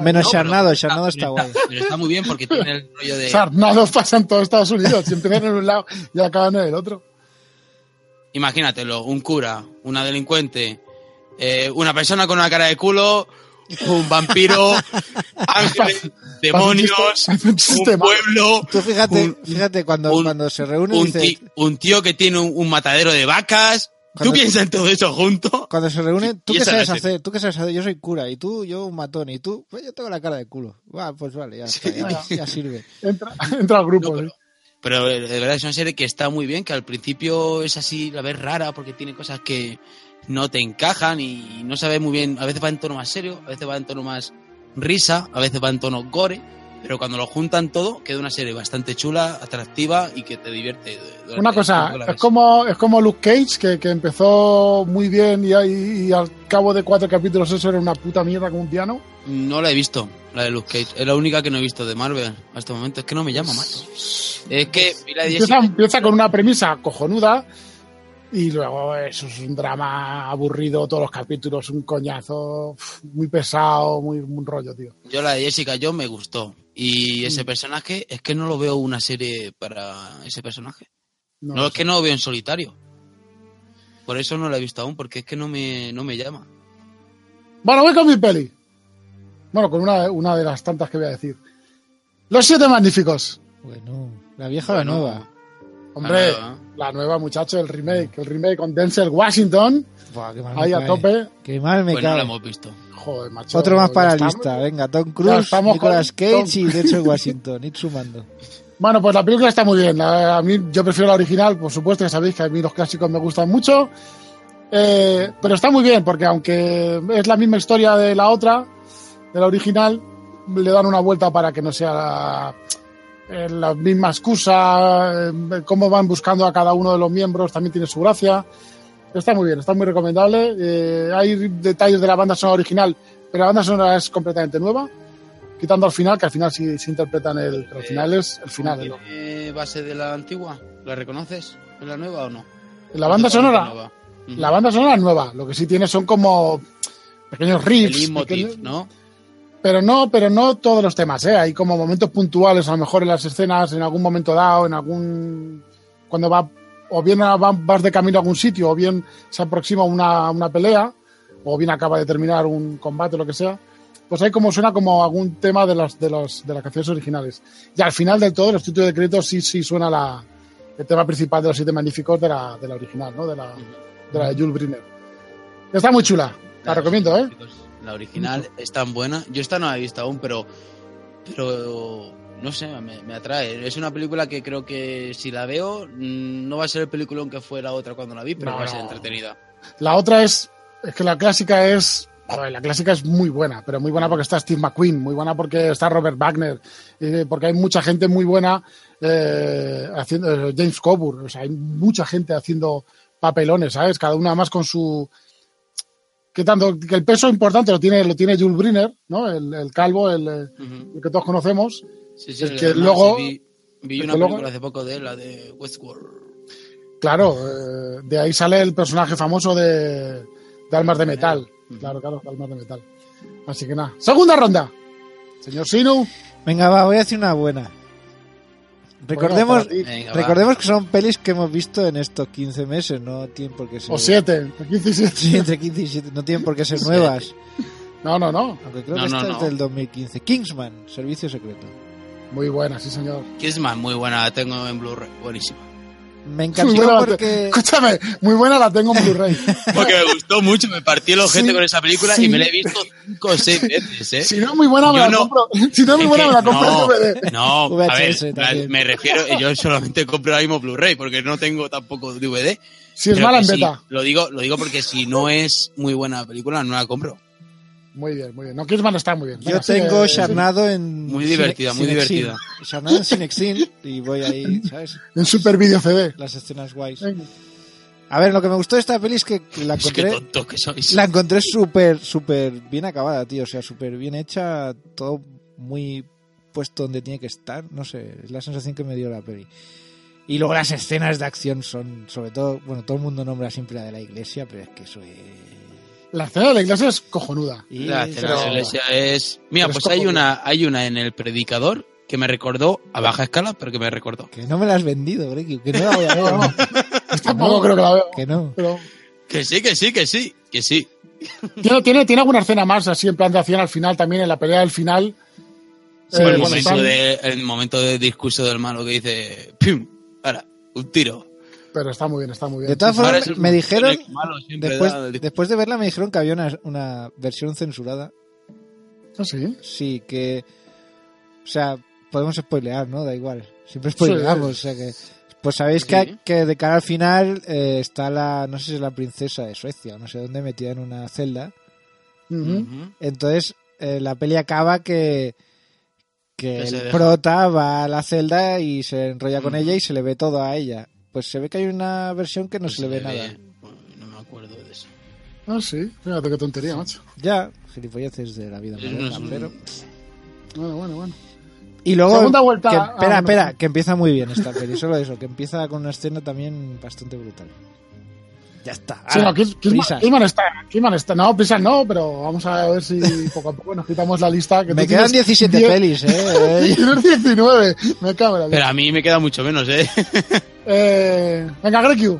Speaker 3: Menos
Speaker 4: no, pero-
Speaker 3: Charnado, Charnado está guay.
Speaker 4: Pero está muy bien porque tiene el rollo de...
Speaker 1: Sarnados pasan todos Estados Unidos. Si empiezan en un lado y acaban en el otro.
Speaker 4: imagínatelo, un cura, una delincuente, eh, una persona con una cara de culo, un vampiro, ángeles, demonios,
Speaker 1: Hace un
Speaker 4: un
Speaker 1: sistema.
Speaker 4: pueblo,
Speaker 3: Tú fíjate,
Speaker 4: Un-
Speaker 3: fíjate cuando,
Speaker 4: un-
Speaker 3: cuando se reúnen
Speaker 4: un,
Speaker 3: dice-
Speaker 4: ti- un tío que tiene un, un matadero de vacas. ¿Tú
Speaker 3: Cuando-
Speaker 4: piensas en todo eso junto?
Speaker 3: cuando se reúnen, tú
Speaker 4: Y
Speaker 3: qué
Speaker 4: esa es la
Speaker 3: sabes hacer, tú qué sabes hacer, yo soy cura y tú, yo un matón y tú, pues yo tengo la cara de culo. Buah, pues vale, ya, está, ya, ya sirve.
Speaker 1: Entra, entra al grupo.
Speaker 4: No, pero-
Speaker 1: ¿eh?
Speaker 4: Pero eh, de verdad es una serie que está muy bien, que al principio es así, la ves rara, porque tiene cosas que no te encajan y no sabes muy bien. A veces va en tono más serio, a veces va en tono más risa, a veces va en tono gore. Pero cuando lo juntan todo, queda una serie bastante chula, atractiva y que te divierte. durante
Speaker 1: Una
Speaker 4: el
Speaker 1: cosa,
Speaker 4: tiempo que la
Speaker 1: es
Speaker 4: ves.
Speaker 1: como, es como Luke Cage, que, que empezó muy bien y, ahí- y al cabo de cuatro capítulos eso era una puta mierda como un piano.
Speaker 4: No la he visto, la de Luke Cage. Es la única que no he visto de Marvel hasta el momento. Es que no me llama más. Es que vi la de
Speaker 1: Empieza,
Speaker 4: Jessica-
Speaker 1: empieza con una premisa cojonuda y luego eso es un drama aburrido, todos los capítulos, un coñazo, uf, muy pesado, muy un rollo, tío.
Speaker 4: Yo la de Jessica Jones me gustó. Y ese personaje, es que no lo veo una serie para ese personaje. No,
Speaker 1: lo
Speaker 4: es que no lo veo en solitario. Por eso no la he visto aún, porque es que no me, no me llama.
Speaker 1: Bueno, voy con mi peli. Bueno, con una, una de las tantas que voy a decir. Los siete magníficos.
Speaker 3: Bueno, la vieja o la
Speaker 4: Bueno.
Speaker 3: nueva.
Speaker 1: Hombre,
Speaker 4: La nueva.
Speaker 1: la nueva muchacho, el remake, el remake con Denzel Washington,
Speaker 3: Buah, qué mal me
Speaker 1: ahí a
Speaker 3: cae.
Speaker 1: tope.
Speaker 3: Qué mal me
Speaker 4: Pues no
Speaker 3: cae.
Speaker 4: la hemos visto.
Speaker 1: Joder, macho.
Speaker 3: Otro más
Speaker 1: ya
Speaker 3: para la
Speaker 1: estamos.
Speaker 3: lista. Venga, Tom Cruise,
Speaker 1: estamos
Speaker 3: Nicolas
Speaker 1: con
Speaker 3: Cage
Speaker 1: Tom-
Speaker 3: y Denzel Washington. Ir sumando.
Speaker 1: Bueno, pues la película está muy bien. La- A mí yo prefiero la original, por supuesto, ya sabéis que a mí los clásicos me gustan mucho. Eh, pero está muy bien, porque aunque es la misma historia de la otra, de la original, le dan una vuelta para que no sea eh, la misma excusa, eh, cómo van buscando a cada uno de los miembros también tiene su gracia. Está muy bien, está muy recomendable. Eh, hay detalles de la banda sonora original, pero la banda sonora es completamente nueva, quitando al final, que al final sí se interpretan el, pero al final es el final. el-
Speaker 4: ¿Tiene base de la antigua? ¿La reconoces? ¿Es la nueva o no?
Speaker 1: La banda sonora,
Speaker 4: nueva. Ujú.
Speaker 1: la banda sonora es nueva, lo que sí tiene son como pequeños
Speaker 4: El
Speaker 1: riffs,
Speaker 4: leitmotiv,
Speaker 1: pequeños-
Speaker 4: ¿no?
Speaker 1: pero no, pero no todos los temas, ¿eh? Hay como momentos puntuales, a lo mejor en las escenas, en algún momento dado, en algún cuando va o bien a- va- vas de camino a algún sitio, o bien se aproxima una, una pelea, o bien acaba de terminar un combate, lo que sea. Pues ahí como suena como algún tema de las de los de las canciones originales. Y al final del todo, en los títulos de crédito sí sí suena la, el tema principal de los siete magníficos de la, de la original, ¿no? De la, de la de Jules Briner. Está muy chula, la recomiendo, ¿eh?
Speaker 4: La original es tan buena. Yo esta no la he visto aún, pero. Pero. No sé, me, me atrae. Es una película que creo que si la veo, mm, no va a ser el peliculón que fue la otra cuando la vi, pero
Speaker 1: No,
Speaker 4: va a ser
Speaker 1: no.
Speaker 4: entretenida.
Speaker 1: La otra es, es que la clásica es, joder, la clásica es muy buena, pero muy buena porque está Steve McQueen, muy buena porque está Robert Wagner, eh, porque hay mucha gente muy buena eh, haciendo eh, James Coburn, o sea, hay mucha gente haciendo papelones, ¿sabes? Cada una más con su que tanto que el peso importante lo tiene lo tiene Jules Briner, ¿no? El, el calvo, el, eh,
Speaker 4: Ujú.
Speaker 1: el que todos conocemos.
Speaker 4: Sí, sí,
Speaker 1: Es que
Speaker 4: además,
Speaker 1: luego-
Speaker 4: Vi, vi
Speaker 1: es
Speaker 4: una
Speaker 1: que luego-
Speaker 4: película hace poco de él, la de Westworld.
Speaker 1: Claro, eh, de ahí sale el personaje famoso de, de Almas de Metal. Claro, claro, de Almas de Metal. Así que nada. Segunda ronda. Señor Sinu.
Speaker 3: Venga, va, voy a hacer una buena. Recordemos,
Speaker 1: para ti.
Speaker 4: Venga, va.
Speaker 3: recordemos que son pelis que hemos visto en estos 15 meses, no tienen por qué ser.
Speaker 1: O siete. entre 15 y siete.
Speaker 3: Sí, entre 15 y 7, no tienen por qué ser nuevas.
Speaker 1: No, no, no.
Speaker 3: Aunque creo
Speaker 4: No,
Speaker 3: que
Speaker 4: no,
Speaker 3: esta
Speaker 4: no.
Speaker 3: es del 2015. Kingsman, Servicio Secreto.
Speaker 1: Muy buena, sí, señor.
Speaker 4: Kissman, muy buena, la tengo en Blu-ray. Buenísima.
Speaker 3: Me
Speaker 1: Muy
Speaker 3: encantó
Speaker 1: buena la te-
Speaker 3: porque.
Speaker 1: Escúchame, muy buena la tengo en Blu-ray.
Speaker 4: Porque me gustó mucho, me partí el ojete
Speaker 1: Sí,
Speaker 4: con esa película
Speaker 1: sí.
Speaker 4: y me la he visto cinco o seis veces, ¿eh?
Speaker 1: Si no es muy buena, me
Speaker 4: Yo
Speaker 1: la
Speaker 4: no.
Speaker 1: compro. Si no es muy buena, me la compro en
Speaker 4: no,
Speaker 1: DVD.
Speaker 4: no, a ver,
Speaker 3: VHS
Speaker 4: me,
Speaker 3: también.
Speaker 4: me refiero, yo solamente compro ahora mismo Blu-ray porque no tengo tampoco DVD.
Speaker 1: Si es
Speaker 4: Pero
Speaker 1: mala,
Speaker 4: que
Speaker 1: en
Speaker 4: sí,
Speaker 1: beta.
Speaker 4: lo, digo, lo digo porque si no es muy buena película, no la compro.
Speaker 1: Muy bien, muy bien. No, Kingsman está muy bien.
Speaker 3: Yo
Speaker 1: Venga, eh, sigue,
Speaker 3: tengo
Speaker 1: sigue.
Speaker 3: Charnado en.
Speaker 4: Muy divertida, muy
Speaker 3: Cinexin.
Speaker 4: divertida.
Speaker 3: Charnado en Cinexin y voy ahí, ¿sabes?
Speaker 1: En Super Video CD.
Speaker 3: Las escenas guays.
Speaker 1: Venga.
Speaker 3: A ver, lo que me gustó de esta peli es que la
Speaker 4: Es que
Speaker 3: encontré.
Speaker 4: tontos que sois.
Speaker 3: La encontré súper, súper bien acabada, tío. O sea, súper bien hecha, todo muy puesto donde tiene que estar. No sé, es la sensación que me dio la peli. Y luego las escenas de acción son, sobre todo, bueno, todo el mundo nombra siempre la de la iglesia, pero es que eso es...
Speaker 1: La escena de la iglesia es cojonuda.
Speaker 3: Y-
Speaker 4: La escena
Speaker 1: Pero-
Speaker 4: de la iglesia es... Mira,
Speaker 1: pero es
Speaker 4: pues hay
Speaker 1: como-
Speaker 4: una, hay una en el predicador que me recordó a baja escala, pero que me recordó.
Speaker 3: Que no me la has vendido, Greki, que no la voy a ver.
Speaker 1: Tampoco creo que la veo.
Speaker 3: Que no.
Speaker 1: Pero...
Speaker 4: Que sí, que sí, que sí, que
Speaker 1: Eh,
Speaker 4: sí.
Speaker 1: Tiene, tiene, tiene alguna escena más así en plan de acción al final también, en la pelea del final. Eh,
Speaker 4: Sí, el,
Speaker 1: cuando
Speaker 4: momento
Speaker 1: están-
Speaker 4: de, el momento del discurso del malo que dice, ¡pim! Para, un tiro.
Speaker 1: Pero está muy bien, está muy bien.
Speaker 3: De todas
Speaker 1: Sí, sí.
Speaker 4: Ahora
Speaker 3: formas,
Speaker 4: es el-
Speaker 3: me dijeron,
Speaker 4: el malo siempre
Speaker 3: después,
Speaker 4: da el discurso.
Speaker 3: después de verla me dijeron que había una, una versión censurada.
Speaker 1: Ah, sí.
Speaker 3: Sí, que. O sea, podemos spoilear, ¿no? Da igual. Siempre spoileamos. O sea que. Pues sabéis
Speaker 4: Sí.
Speaker 3: que, que de cara al final eh, está la. No sé si es la princesa de Suecia, no sé dónde, metida en una celda.
Speaker 1: Ujú.
Speaker 3: Mm.
Speaker 4: Ujú.
Speaker 3: Entonces, eh, la peli acaba que. que
Speaker 4: Que se
Speaker 3: el
Speaker 4: deja.
Speaker 3: prota va a la celda y se enrolla con ella y se le ve todo a ella. Pues se ve que hay una versión que no
Speaker 4: Pues
Speaker 3: se, le ve nada.
Speaker 4: Bueno, No me acuerdo de eso.
Speaker 1: Ah, sí. Fíjate qué tontería, macho.
Speaker 3: Ya, gilipolleces de la vida
Speaker 4: Es
Speaker 3: moderna,
Speaker 4: un-
Speaker 3: pero-
Speaker 1: Bueno, bueno, bueno.
Speaker 3: Y luego...
Speaker 1: Segunda vuelta.
Speaker 3: que-
Speaker 1: Ah,
Speaker 3: espera,
Speaker 1: no.
Speaker 3: espera, que empieza muy bien esta peli. Solo eso, que empieza con una escena también bastante brutal. Ya está.
Speaker 1: Sí,
Speaker 3: ala,
Speaker 1: no, Kiss- Kissman-
Speaker 3: prisas.
Speaker 1: Kissman está, Kissman está. No, prisas no, pero vamos a ver si poco a poco nos quitamos la lista. Que
Speaker 3: Me
Speaker 1: tú
Speaker 3: quedan
Speaker 1: tienes
Speaker 3: 17
Speaker 1: diez-
Speaker 3: pelis, eh.
Speaker 1: Tienes 19. Me cago en la
Speaker 4: Pero a mí me queda mucho menos, ¿eh?
Speaker 1: Eh, venga, Grecu.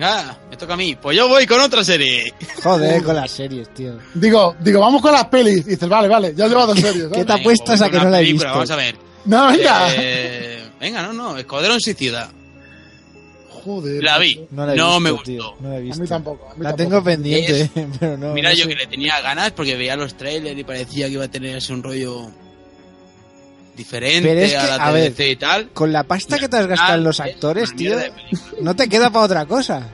Speaker 4: Ah, me toca a mí. Pues yo voy con otra serie.
Speaker 3: Joder, con las series, tío.
Speaker 1: Digo, digo, vamos con las pelis. Y dices, vale, vale, ya llevado dos series. ¿vale?
Speaker 3: ¿Qué te apuestas
Speaker 4: Venga,
Speaker 3: a que
Speaker 4: una
Speaker 3: no la he
Speaker 4: película,
Speaker 3: visto?
Speaker 4: Vamos a ver.
Speaker 1: No, venga.
Speaker 4: Eh, venga, no, no. Escuadrón Suicida.
Speaker 1: Joder.
Speaker 4: La vi.
Speaker 1: macho.
Speaker 3: No la he
Speaker 4: No
Speaker 3: visto,
Speaker 4: me
Speaker 3: tío,
Speaker 4: gustó.
Speaker 3: no la he
Speaker 1: A
Speaker 3: visto.
Speaker 1: mí tampoco. a mí
Speaker 3: La
Speaker 1: tampoco.
Speaker 3: tengo pendiente, pero no.
Speaker 4: Mira,
Speaker 3: no
Speaker 4: yo
Speaker 3: sé.
Speaker 4: que le tenía ganas porque veía los trailers y parecía que iba a tener así un rollo diferente
Speaker 3: Pero es que,
Speaker 4: a la
Speaker 3: a ver,
Speaker 4: TDC y tal.
Speaker 3: Con la pasta que te has gastado en los
Speaker 4: Ah, es
Speaker 3: actores,
Speaker 4: una
Speaker 3: tío,
Speaker 4: mierda de película.
Speaker 3: no te queda para otra cosa.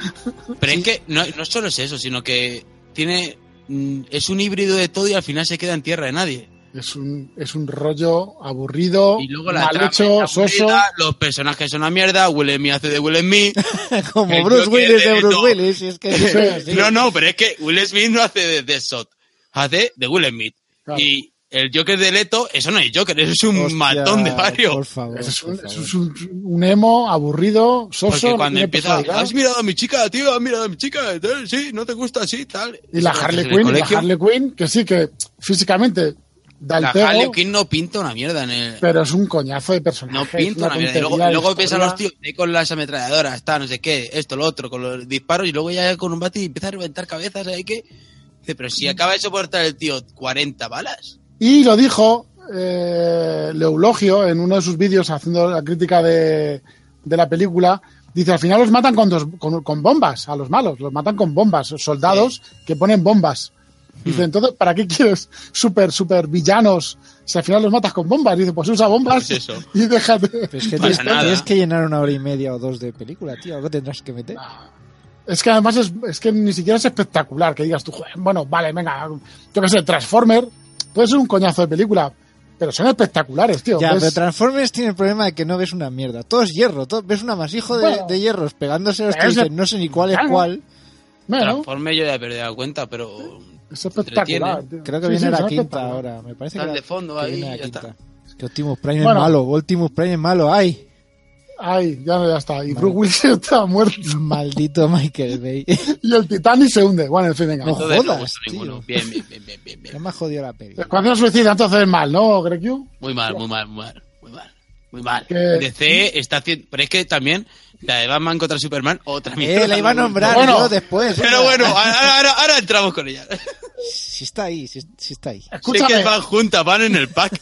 Speaker 4: Pero es que no, no solo es eso, sino que tiene mm, es un híbrido de todo y al final se queda en tierra de nadie.
Speaker 1: Es un, es un rollo aburrido,
Speaker 4: Y luego la
Speaker 1: Oh, mal
Speaker 4: trama
Speaker 1: hecho,
Speaker 4: está aburrida,
Speaker 1: soso.
Speaker 4: los personajes son una mierda, Will Smith hace de Will Smith. Que
Speaker 3: Como
Speaker 4: yo
Speaker 3: Bruce
Speaker 4: que
Speaker 3: Willis de
Speaker 4: le-
Speaker 3: Bruce
Speaker 4: no.
Speaker 3: Willis. y Es que, sí.
Speaker 4: No, no, pero es que Will Smith no hace de Deadshot, hace de Will Smith.
Speaker 1: Claro.
Speaker 4: Y el Joker de Leto, eso no es Joker, eso es un
Speaker 3: Hostia,
Speaker 4: matón de barrio.
Speaker 3: Por favor.
Speaker 1: Eso es un,
Speaker 3: por
Speaker 1: eso
Speaker 3: favor.
Speaker 1: es un- un emo aburrido, soso.
Speaker 4: Porque
Speaker 1: no
Speaker 4: cuando
Speaker 1: tiene
Speaker 4: empieza,
Speaker 1: personalidad.
Speaker 4: has mirado a mi chica, tío, has mirado a mi chica, tal, sí, no te gusta así, tal.
Speaker 1: Y la
Speaker 4: Entonces,
Speaker 1: Harley
Speaker 4: en el
Speaker 1: Quinn, la
Speaker 4: colegio,
Speaker 1: Harley Quinn, que sí, que físicamente da el
Speaker 4: la
Speaker 1: pego,
Speaker 4: Harley Quinn no pinta una mierda en el...
Speaker 1: pero es un coñazo de
Speaker 4: No
Speaker 1: personaje. es
Speaker 4: pinta una mierda. Y luego,
Speaker 1: tontería de
Speaker 4: y luego ves a los
Speaker 1: historia.
Speaker 4: tíos ahí con las ametralladoras, tal, no sé qué, esto, lo otro, con los disparos, y luego ya con un bate y empieza a reventar cabezas, ahí que... Dice, pero si acaba de soportar el tío 40 balas.
Speaker 1: Y lo dijo eh, Leulogio en uno de sus vídeos haciendo la crítica de, de la película. Dice, al final los matan con, dos- con, con bombas, a los malos, los matan con bombas, soldados que ponen bombas. Dice,
Speaker 4: Hmm.
Speaker 1: entonces, ¿para qué quieres super, super villanos si al final los matas con bombas? Dice, pues usa bombas
Speaker 4: Pues eso.
Speaker 1: y déjate.
Speaker 3: Pero es que
Speaker 4: Para
Speaker 3: tienes,
Speaker 4: nada.
Speaker 3: tienes que llenar una hora y media o dos de película, tío. Algo tendrás que meter.
Speaker 1: Es que además es, es que ni siquiera es espectacular que digas tú, "Joder, bueno, vale, venga, yo qué sé, Transformer puede ser un coñazo de película, pero son espectaculares, tío.
Speaker 3: Ya,
Speaker 1: Ves-
Speaker 3: pero Transformers tiene el problema de que no ves una mierda. Todo es hierro. todo- ves un amasijo de,
Speaker 1: Bueno.
Speaker 3: de hierros pegándose a los que
Speaker 1: Pero ese-
Speaker 3: dicen, no sé ni cuál es
Speaker 1: Claro.
Speaker 3: cuál.
Speaker 1: bueno,
Speaker 4: Transforme yo ya he perdido la cuenta, pero...
Speaker 1: es espectacular. tío.
Speaker 3: Creo que
Speaker 1: Sí,
Speaker 3: viene
Speaker 1: sí,
Speaker 3: la
Speaker 1: son
Speaker 3: quinta
Speaker 1: espectaculares.
Speaker 3: ahora. Me parece
Speaker 4: Tal
Speaker 3: que, la-
Speaker 4: de fondo
Speaker 3: que
Speaker 4: ahí,
Speaker 3: viene la
Speaker 4: ya está.
Speaker 3: quinta. Que Optimus Prime
Speaker 1: Bueno.
Speaker 3: es malo. Optimus Prime es malo. ¡Ay!
Speaker 1: Ay, ya, ya está. Y Bruce Willis está muerto.
Speaker 3: Maldito Michael Bay.
Speaker 1: Y el Titanic se hunde. Bueno, en fin, venga.
Speaker 3: No.
Speaker 1: va.
Speaker 4: Entonces,
Speaker 3: jodas,
Speaker 4: gusta
Speaker 3: tío.
Speaker 4: ninguno. Bien, bien, bien, bien, bien, bien.
Speaker 3: Ya me ha jodido la peli.
Speaker 1: Cuando suicida, entonces es mal, ¿no, Gregio?
Speaker 4: Muy mal, muy mal, muy mal, muy mal. Muy mal.
Speaker 1: Que-
Speaker 4: DC está haciendo... Pero es que también la de Batman contra Superman, otra mierda.
Speaker 3: Eh, la iba a nombrar
Speaker 1: Bueno.
Speaker 3: yo después.
Speaker 4: Pero
Speaker 3: venga.
Speaker 4: bueno, ahora, ahora- ahora entramos con ella.
Speaker 3: Si está ahí, si, si está ahí.
Speaker 4: Sí
Speaker 1: Escúchame,
Speaker 4: que van juntas, van en el pack.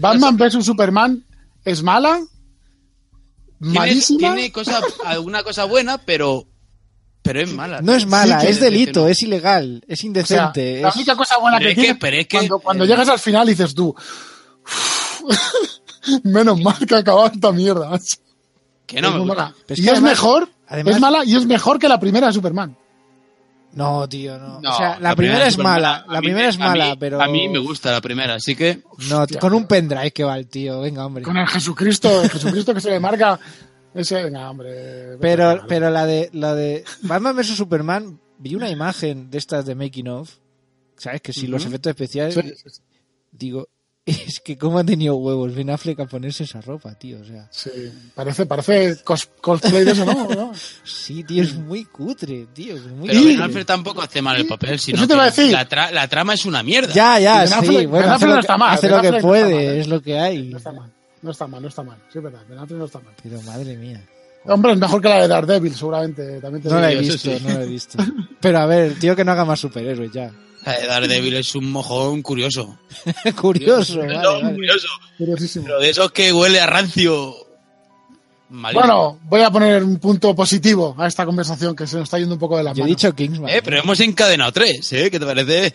Speaker 1: Batman vs Superman es mala,
Speaker 4: Tiene-
Speaker 1: malísima.
Speaker 4: Tiene, cosa, alguna cosa buena, pero, pero es mala.
Speaker 3: No es mala,
Speaker 4: Sí,
Speaker 3: es
Speaker 4: sí, sí,
Speaker 3: delito,
Speaker 4: sí,
Speaker 3: es ilegal,
Speaker 1: O
Speaker 3: es
Speaker 1: sea,
Speaker 3: indecente.
Speaker 1: la
Speaker 3: es-
Speaker 1: única cosa buena
Speaker 4: Pero
Speaker 1: que
Speaker 4: es que-
Speaker 1: tiene
Speaker 4: pero es que-
Speaker 1: cuando, cuando llegas al final dices tú menos mal que acabado esta mierda macho".
Speaker 4: Que no
Speaker 1: Es
Speaker 4: me
Speaker 1: muy
Speaker 4: gusta.
Speaker 1: mala.
Speaker 3: Pero es
Speaker 1: y
Speaker 3: que
Speaker 1: es
Speaker 3: además-
Speaker 1: mejor
Speaker 3: además-
Speaker 1: es mala y es mejor que la primera de Superman
Speaker 3: No, tío, no.
Speaker 4: No,
Speaker 3: o sea, la, primera, es mala,
Speaker 4: A
Speaker 3: la
Speaker 4: mí
Speaker 3: primera
Speaker 4: me-
Speaker 3: es
Speaker 4: a
Speaker 3: mala,
Speaker 4: mí-
Speaker 3: pero...
Speaker 4: A mí me gusta la primera, así que.
Speaker 3: No, con un pendrive que va el tío, venga, hombre.
Speaker 1: con el Jesucristo el Jesucristo que se le marca ese venga, hombre
Speaker 3: Pero,
Speaker 1: venga,
Speaker 3: pero la de la de Batman vs Superman, vi una imagen de estas de Making of. ¿Sabes? Que si los efectos especiales,
Speaker 1: sí, sí, sí,
Speaker 3: digo, es que cómo ha tenido huevos Ben Affleck a ponerse esa ropa, tío. O sea,
Speaker 1: sí. parece parece cos- cosplay de eso no, ¿No?
Speaker 3: sí, tío, es muy cutre, tío. es muy
Speaker 4: Pero
Speaker 3: cutre.
Speaker 4: Ben Affleck tampoco hace mal el papel, sino.
Speaker 1: Eso te iba a
Speaker 4: que
Speaker 1: decir.
Speaker 4: La, tra- la trama es una mierda.
Speaker 3: Ya, ya,
Speaker 1: Ben Affleck-
Speaker 3: sí.
Speaker 1: Ben
Speaker 3: Bueno, hace
Speaker 1: Affleck
Speaker 3: lo
Speaker 1: no
Speaker 3: que,
Speaker 1: está mal,
Speaker 3: hace
Speaker 1: Ben
Speaker 3: lo que
Speaker 1: Affleck no está
Speaker 3: puede,
Speaker 1: mal, ¿eh?
Speaker 3: es lo que hay.
Speaker 1: no está mal no está mal no está mal sí es verdad Ben Affleck no está mal
Speaker 3: Pero madre mía.
Speaker 1: hombre es mejor que la de Daredevil seguramente eh, también te
Speaker 3: No la
Speaker 1: digo.
Speaker 3: he
Speaker 4: eso
Speaker 3: visto,
Speaker 4: sí.
Speaker 3: no la he visto. Pero a ver, tío, que no haga más superhéroes ya.
Speaker 4: La de Daredevil es un mojón curioso.
Speaker 3: Curioso, vale,
Speaker 4: No,
Speaker 3: vale.
Speaker 4: curioso.
Speaker 1: Curiosísimo.
Speaker 4: Pero de esos que huele a rancio. Malísimo.
Speaker 1: Bueno, voy a poner un punto positivo a esta conversación que se nos está yendo un poco de la
Speaker 3: Yo he
Speaker 1: mano.
Speaker 3: dicho Kingsman.
Speaker 4: Eh, pero hemos encadenado tres, ¿eh? ¿Qué te parece?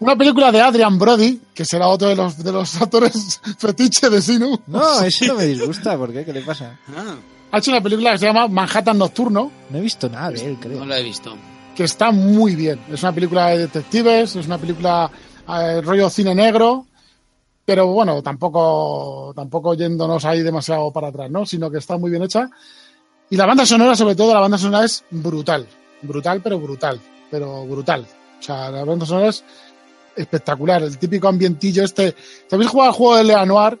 Speaker 1: Una película de Adrian Brody, que será otro de los, de los actores fetiche de Sinu,
Speaker 3: No, eso no me disgusta, ¿por qué? ¿Qué le pasa?
Speaker 4: Ah,
Speaker 1: ha hecho una película que se llama Manhattan Nocturno,
Speaker 3: No he visto nada de él, creo.
Speaker 4: no la he visto.
Speaker 1: que está muy bien. Es una película de detectives, es una película eh, rollo cine negro, pero bueno, tampoco, tampoco yéndonos ahí demasiado para atrás, ¿no? Sino que está muy bien hecha. Y la banda sonora, sobre todo, la banda sonora es brutal. Brutal, pero brutal. Pero brutal. O sea, la banda sonora es espectacular. El típico ambientillo este. Si habéis jugado al juego de Leanoir,